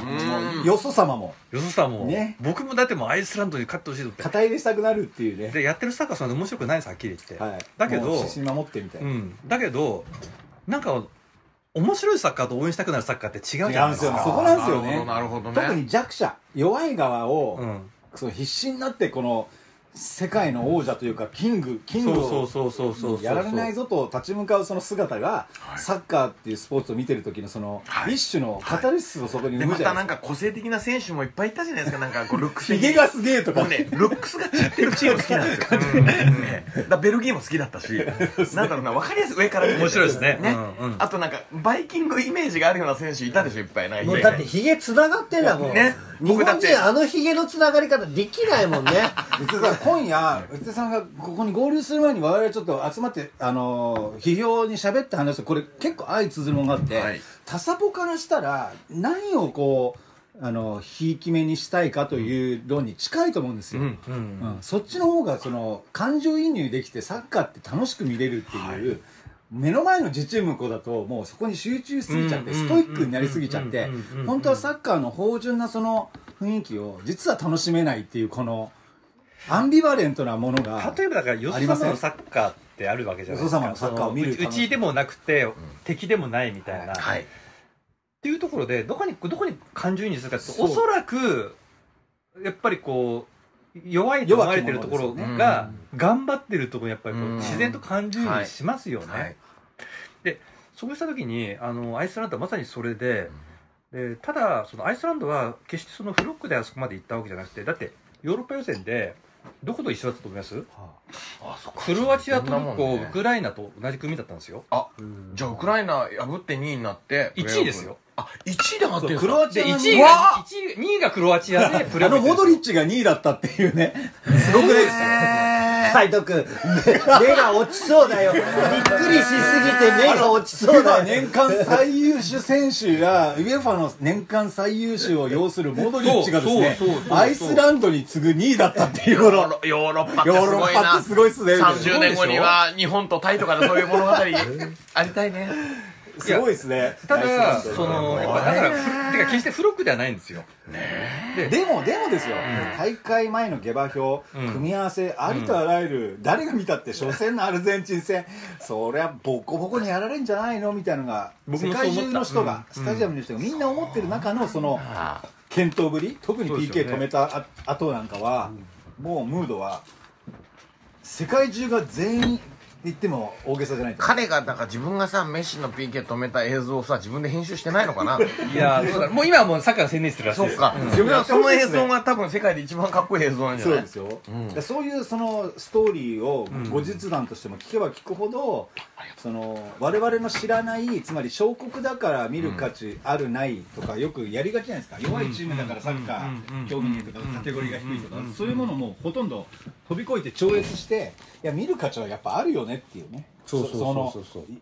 Speaker 2: よそ様も
Speaker 4: よそさんも、
Speaker 2: ね
Speaker 4: 僕もだってもうアイスランドに勝ってほしいと思っ
Speaker 2: 肩入れしたくなるっていうね
Speaker 4: てでやってるサッカーそんな面白くないですはっきり言って、
Speaker 2: はい、
Speaker 4: だけ
Speaker 2: も
Speaker 4: ど
Speaker 2: う自信守ってみたいうな、
Speaker 4: ん、だけどなんか面白いサッカーと応援したくなるサッカーって違うじゃないです
Speaker 2: 違うんですよ
Speaker 4: か
Speaker 2: そこなんですよね
Speaker 3: なるほどなるほ
Speaker 2: 特
Speaker 3: どね
Speaker 2: に弱者弱い側を、
Speaker 4: うん
Speaker 2: その必死になってこの世界の王者というかキングキング
Speaker 4: そうそう
Speaker 2: を
Speaker 4: そうそうそうそう
Speaker 2: やられないぞと立ち向かうその姿がサッカーっていうスポーツを見てる時のその
Speaker 3: はい
Speaker 2: 一種のカタルシスをそこに生
Speaker 3: で
Speaker 2: む
Speaker 3: ま
Speaker 2: じゃな
Speaker 3: たないん
Speaker 2: ですか
Speaker 3: か個性的な選手もいっぱいいたじゃないですかなんかこうルックス
Speaker 2: ひ
Speaker 3: 的
Speaker 2: げ
Speaker 3: に
Speaker 2: がすげえと
Speaker 3: も
Speaker 2: か
Speaker 3: うね、ルックスが散ってるチーム好きなんですよ。うんねだからベルギーも好きだったし、なんだろうな、わかりやすい上から見てて
Speaker 4: 面白いですね
Speaker 3: ね
Speaker 4: うんうん
Speaker 3: あとなんか、バイキングイメージがあるような選手いたでしょ、いっぱい。なんか
Speaker 5: もうだってヒゲつながってんだもん、
Speaker 3: ね
Speaker 5: 日
Speaker 3: 僕だ
Speaker 5: 本
Speaker 3: って
Speaker 5: 人あのヒゲのつながり方できないもんね
Speaker 2: *laughs* 内田さん今夜内田さんがここに合流する前に我々ちょっと集まってあのー批評に喋って話してこれ結構相通ずるものがあって、
Speaker 3: はい
Speaker 2: タサポからしたら何をこうあのひいき目にしたいかという論に近いと思うんですよ、
Speaker 4: うんうん
Speaker 2: うんそっちの方がその感情移入できてサッカーって楽しく見れるっていう、目の前の自チーム子だともうそこに集中しすぎちゃって
Speaker 4: うんうんう
Speaker 2: ス
Speaker 4: ん
Speaker 2: トイックになりすぎちゃって
Speaker 4: うんうんうん
Speaker 2: 本当はサッカーの芳醇なその雰囲気を実は楽しめないっていうこのアンビバレントなものが
Speaker 4: 例えばだからよそ様のサッカーってあるわけじゃないですか
Speaker 2: ありませんよそ様のサッカーを見る
Speaker 4: うちうちでもなくて、敵でもないみたいな、
Speaker 3: は
Speaker 4: っ
Speaker 3: い。
Speaker 4: ていうところでどこにどこに感情移入するかって
Speaker 2: そう
Speaker 4: おそらくやっぱりこう弱いと思われてるところ
Speaker 2: 弱
Speaker 3: き者
Speaker 4: が、頑張ってるところにやっぱりこう
Speaker 3: うん
Speaker 4: 自然と感情移入しますよね、
Speaker 3: はい。
Speaker 4: そうした時にあのアイスランドはまさにそれで,、でただそのアイスランドは決してそのフロックであそこまで行ったわけじゃなくてだってヨーロッパ予選でどこと一緒だったと思います
Speaker 3: あ、そっ
Speaker 4: クロアチア、トル
Speaker 3: そんな
Speaker 4: コ、
Speaker 3: もんね
Speaker 4: ウクライナと同じ組だったんですよ。
Speaker 3: あ、じゃあウクライナ破って2位になって、
Speaker 4: 一位ですよ。
Speaker 3: あ、1位で上がってるん
Speaker 2: クロア
Speaker 3: チ
Speaker 2: チ
Speaker 4: で、
Speaker 2: ア
Speaker 4: 1
Speaker 2: の
Speaker 4: 位
Speaker 2: う
Speaker 4: が
Speaker 2: わ、
Speaker 4: 1位、2位がクロアチアでプレ
Speaker 2: あ
Speaker 4: ーオ
Speaker 2: の
Speaker 4: フ行
Speaker 2: モ
Speaker 4: っ
Speaker 2: ド
Speaker 4: てるん
Speaker 2: リ
Speaker 4: で
Speaker 2: ッチが2位だったっていうねすごくないですか
Speaker 5: 斉藤君目が落ちそうだよびっくりしすぎて目が落ちそうだ
Speaker 2: 今 *laughs*
Speaker 5: よ
Speaker 2: 年間最優秀選手が UEFA の年間最優秀を要するモドリッチがですね
Speaker 4: そうそうそうそう
Speaker 2: アイスランドに次ぐ2位だったっていうこの
Speaker 3: ヨーロッパって
Speaker 2: ヨー
Speaker 3: す
Speaker 2: ロ
Speaker 3: ご
Speaker 2: ッ
Speaker 3: い
Speaker 2: パっ
Speaker 3: な
Speaker 2: て。すごいっすね
Speaker 3: 30年後には日本とタイとかでそういう
Speaker 2: *laughs*
Speaker 3: 物語ありたいね。
Speaker 2: すごいっすね
Speaker 4: すよ。た
Speaker 2: アイ
Speaker 4: だ、
Speaker 2: スラン
Speaker 4: その、やっぱだから、ふてか決してフロックではないんですよ。
Speaker 2: ドでもでもですよ大会前の下馬評
Speaker 4: ん
Speaker 2: 組み合わせありとあらゆる誰が見たって初戦のアルゼンチン戦そりゃボコボコにやられんじゃないのみたいなのが
Speaker 4: 僕
Speaker 2: 世
Speaker 4: もそう思
Speaker 2: 界
Speaker 4: った
Speaker 2: 中の人がスタジアムの人がみんな思ってる中のその検討ぶり特に
Speaker 4: そうですよ
Speaker 2: PK
Speaker 4: ね
Speaker 2: 止めたあ後なんかは、もうムードは世界中が全員言っても大げさじゃないと思う
Speaker 3: 彼がなんか自分がさメッシの PK 止めた映像をさ自分で編集してないの
Speaker 2: *laughs*
Speaker 3: かな
Speaker 4: いやーどうだろうもう今はもうサッカーが専念してるらしい
Speaker 3: そ
Speaker 4: で
Speaker 3: う
Speaker 4: す
Speaker 3: か、
Speaker 4: ん
Speaker 3: 自分はその映像が多分世界で一番かっこいい映像なんじゃ
Speaker 2: そう
Speaker 3: な
Speaker 2: で
Speaker 3: い
Speaker 2: すよ、だからそういうそのストーリーを後日談としても聞けば聞くほど、その我々の知らないつまり小国だから見る価値あるないとかよくやりがちじゃないですか弱いチームだからサッカー興味ないとかカテゴリーが低いとかそういうものもほとんど飛び越えて超越していや見る価値はやっぱあるよねっていうね
Speaker 5: そうそうそうそう
Speaker 2: そのい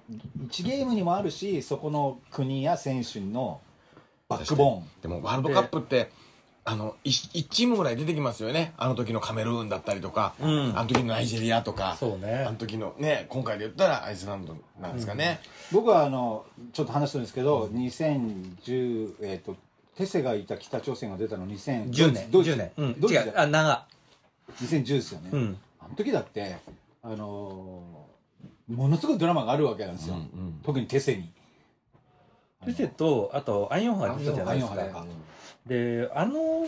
Speaker 2: 1ゲームにもあるしそこの国や選手のバックボーン
Speaker 3: でもワールドカップってあの 1, チームぐらい出てきますよねあの時のカメルーンだったりとか、あの時のナイジェリアとか
Speaker 5: そうね
Speaker 3: あの時のね今回で言ったらアイスランドなんですかね、
Speaker 2: 僕はあのちょっと話してるんですけど、2010えっ、とテセがいた北朝鮮が出たの2010
Speaker 4: 10年
Speaker 2: ドイツ
Speaker 4: 10年うん
Speaker 2: ドイツ
Speaker 4: 違うあ長
Speaker 2: 2010ですよね、
Speaker 4: うん
Speaker 2: あの時だってあのーものすごいドラマがあるわけなんですよ、特にテセに
Speaker 4: ルセとあとアイオンハが出たじゃないで
Speaker 2: アイ
Speaker 4: す
Speaker 2: オンハ
Speaker 4: かであの本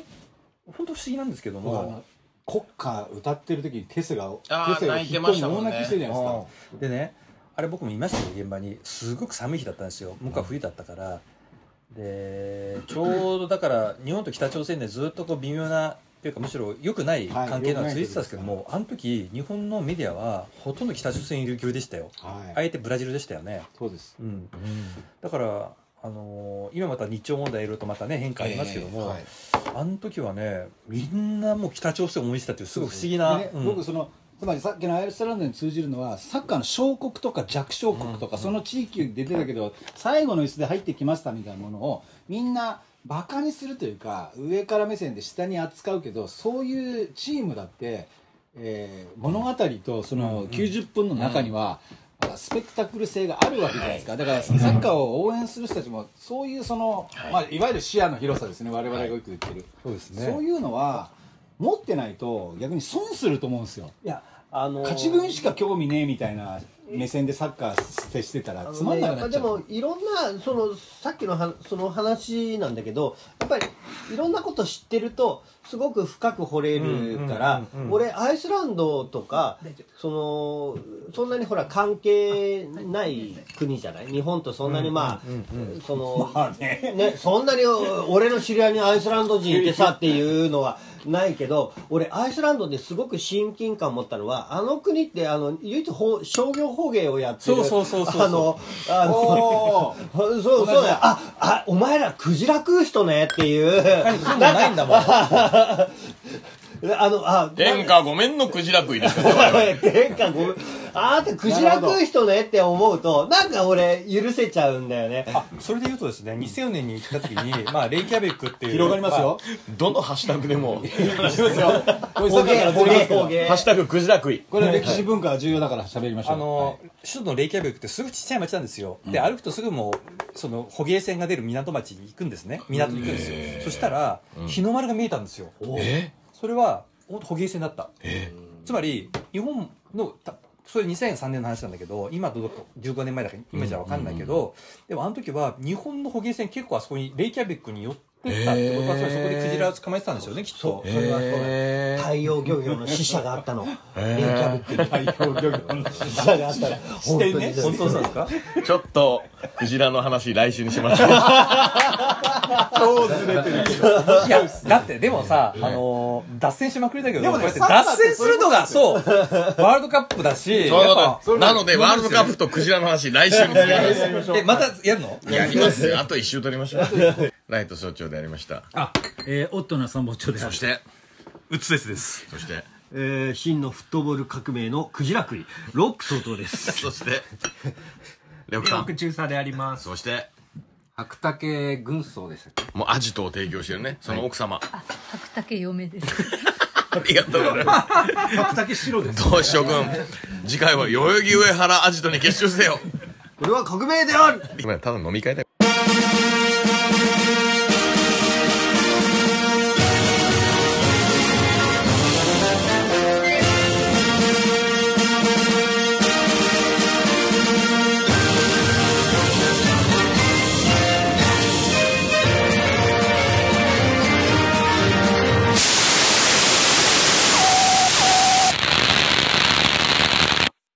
Speaker 4: 当不思議なんですけど
Speaker 2: 僕あ
Speaker 4: も
Speaker 2: の国歌歌ってる時にテセが
Speaker 3: あー
Speaker 2: テセが
Speaker 3: 泣いてましたもんね
Speaker 2: 筆頭に大泣きしてるじゃないですか
Speaker 4: でねあれ僕もいましたよ現場にすごく寒い日だったんですよ向こうは冬だったからでちょうどだから日本と北朝鮮でずっとこう微妙なというかむしろ良くない
Speaker 2: はい
Speaker 4: 関係が続いてたんですけども、あの時日本のメディアはほとんど北朝鮮流級でしたよ
Speaker 2: はい、
Speaker 4: あえてブラジルでしたよね、
Speaker 2: そうです
Speaker 4: うんだから、あのー今また日朝問題いろいろとまたね変化ありますけども、
Speaker 3: はい
Speaker 4: あの時はねみんなもう北朝鮮を応援してたっていうすごい不思議な、
Speaker 2: でね
Speaker 4: うん
Speaker 2: 僕そのつまりさっきのアイルスランドに通じるのはサッカーの小国とか弱小国とか、その地域で出てたけど最後の椅子で入ってきましたみたいなものをみんなバカにするというか上から目線で下に扱うけどそういうチームだって、えー物語とその90分の中には、スペクタクル性があるわけじゃないですかだからそのサッカーを応援する人たちもそういうその、いまあ、いわゆる視野の広さですね我々がよく言ってる、
Speaker 4: そうです
Speaker 2: そういうのは持ってないと逆に損すると思うんですよ
Speaker 5: いやあのー
Speaker 2: 勝ち分しか興味ねえみたいな目線でサッカー接してたらつまんなくなっちゃ
Speaker 5: あの
Speaker 2: う
Speaker 5: ねやっぱでもいろんなそのさっきのはその話なんだけどやっぱりいろんなこと知ってるとすごく深く掘れるから俺アイスランドとかそのそんなにほら関係ない国じゃない日本とそんなにまあそのねそんなにお俺の知り合いにアイスランド人い
Speaker 2: *laughs*
Speaker 5: てさっていうのはないけど俺アイスランドですごく親近感持ったのはあの国ってあの唯一ほう商業捕鯨をやって
Speaker 4: そうそうそうそうそう
Speaker 5: あの、あの、そうそうだよ。あ、あ、お前らクジラ食う人ねっていう。
Speaker 4: そういうのないんだもん
Speaker 5: あの、あ、
Speaker 3: 天下ごめんのクジラ食い
Speaker 5: *laughs*
Speaker 3: ですから
Speaker 5: 天下ごめん。あんたクジラ食う人ねって思うと、なんか俺許せちゃうんだよね。
Speaker 4: あそれで言うとですね2004年に行った時 *laughs* に、まあ、レイキャベックっていう
Speaker 2: 広がりますよ、
Speaker 3: どのハッシュタグで
Speaker 2: こ
Speaker 3: も
Speaker 2: ういうサ
Speaker 5: 捕
Speaker 2: ッカー
Speaker 5: 鯨、
Speaker 2: が
Speaker 5: 捕
Speaker 2: 全然
Speaker 5: 鯨、
Speaker 2: ですけど
Speaker 5: 捕鯨
Speaker 3: ハッシュタグクジラ食い
Speaker 2: これは歴史文化が重要だから喋りましょう
Speaker 4: あの、
Speaker 2: はい
Speaker 4: 首都のレイキャベックってすごくちっちゃい町なんですよ、で歩くとすぐもうその捕鯨船が出る港町に行くんですね港に行くんですよ、そしたら、日の丸が見えたんですよ
Speaker 3: え
Speaker 4: それはほんと捕鯨船だった、つまり日本のたそれ2003年の話なんだけど今どうか15年前だから今じゃ分かんないけど、でもあの時は日本の捕鯨船結構あそこにレイキャベックに寄ってったってことは、
Speaker 3: へー
Speaker 4: それそこでクジラを捕まえてたんですよねきっと
Speaker 5: それはそう
Speaker 3: へー
Speaker 5: 太陽漁業の死者があったの。レイキャブって太陽漁業の死者があったの。本当に。
Speaker 4: 本当そうなんですか
Speaker 3: ちょっとクジラの話来週にし *laughs* ましょう
Speaker 4: いや、だって、でもさ、あのー脱線しまくりだけど、
Speaker 2: でも
Speaker 4: こ
Speaker 2: ね
Speaker 4: うやって
Speaker 2: サッカーって
Speaker 4: 脱線するのが、そう、ワールドカップだし、
Speaker 3: そういう
Speaker 4: や
Speaker 3: こ
Speaker 4: っぱ
Speaker 3: となのでワールドカップとクジラの話来週にするす
Speaker 4: え、またやるの
Speaker 3: *laughs* やりますよあと一周取りま *laughs* しょうライト総長でやりました
Speaker 8: あ、えー、オットな参謀長で
Speaker 3: そして
Speaker 9: うつですです
Speaker 3: そして
Speaker 5: えー真のフットボール革命のクジラ食い、ロック相当です。
Speaker 10: *laughs*
Speaker 3: そしてレオクさ
Speaker 10: 僕
Speaker 3: ん
Speaker 10: 中佐であります
Speaker 3: そして
Speaker 11: 白竹軍曹でしたっけ
Speaker 3: もうアジトを提供してるねその奥様、
Speaker 12: 白竹嫁です。
Speaker 3: *laughs* ありがとうございます
Speaker 8: 白竹白です
Speaker 3: *laughs* どうしよう君次回は代々木上原アジトに結集せよ
Speaker 5: これは革命である
Speaker 3: 今ただ飲み会だよ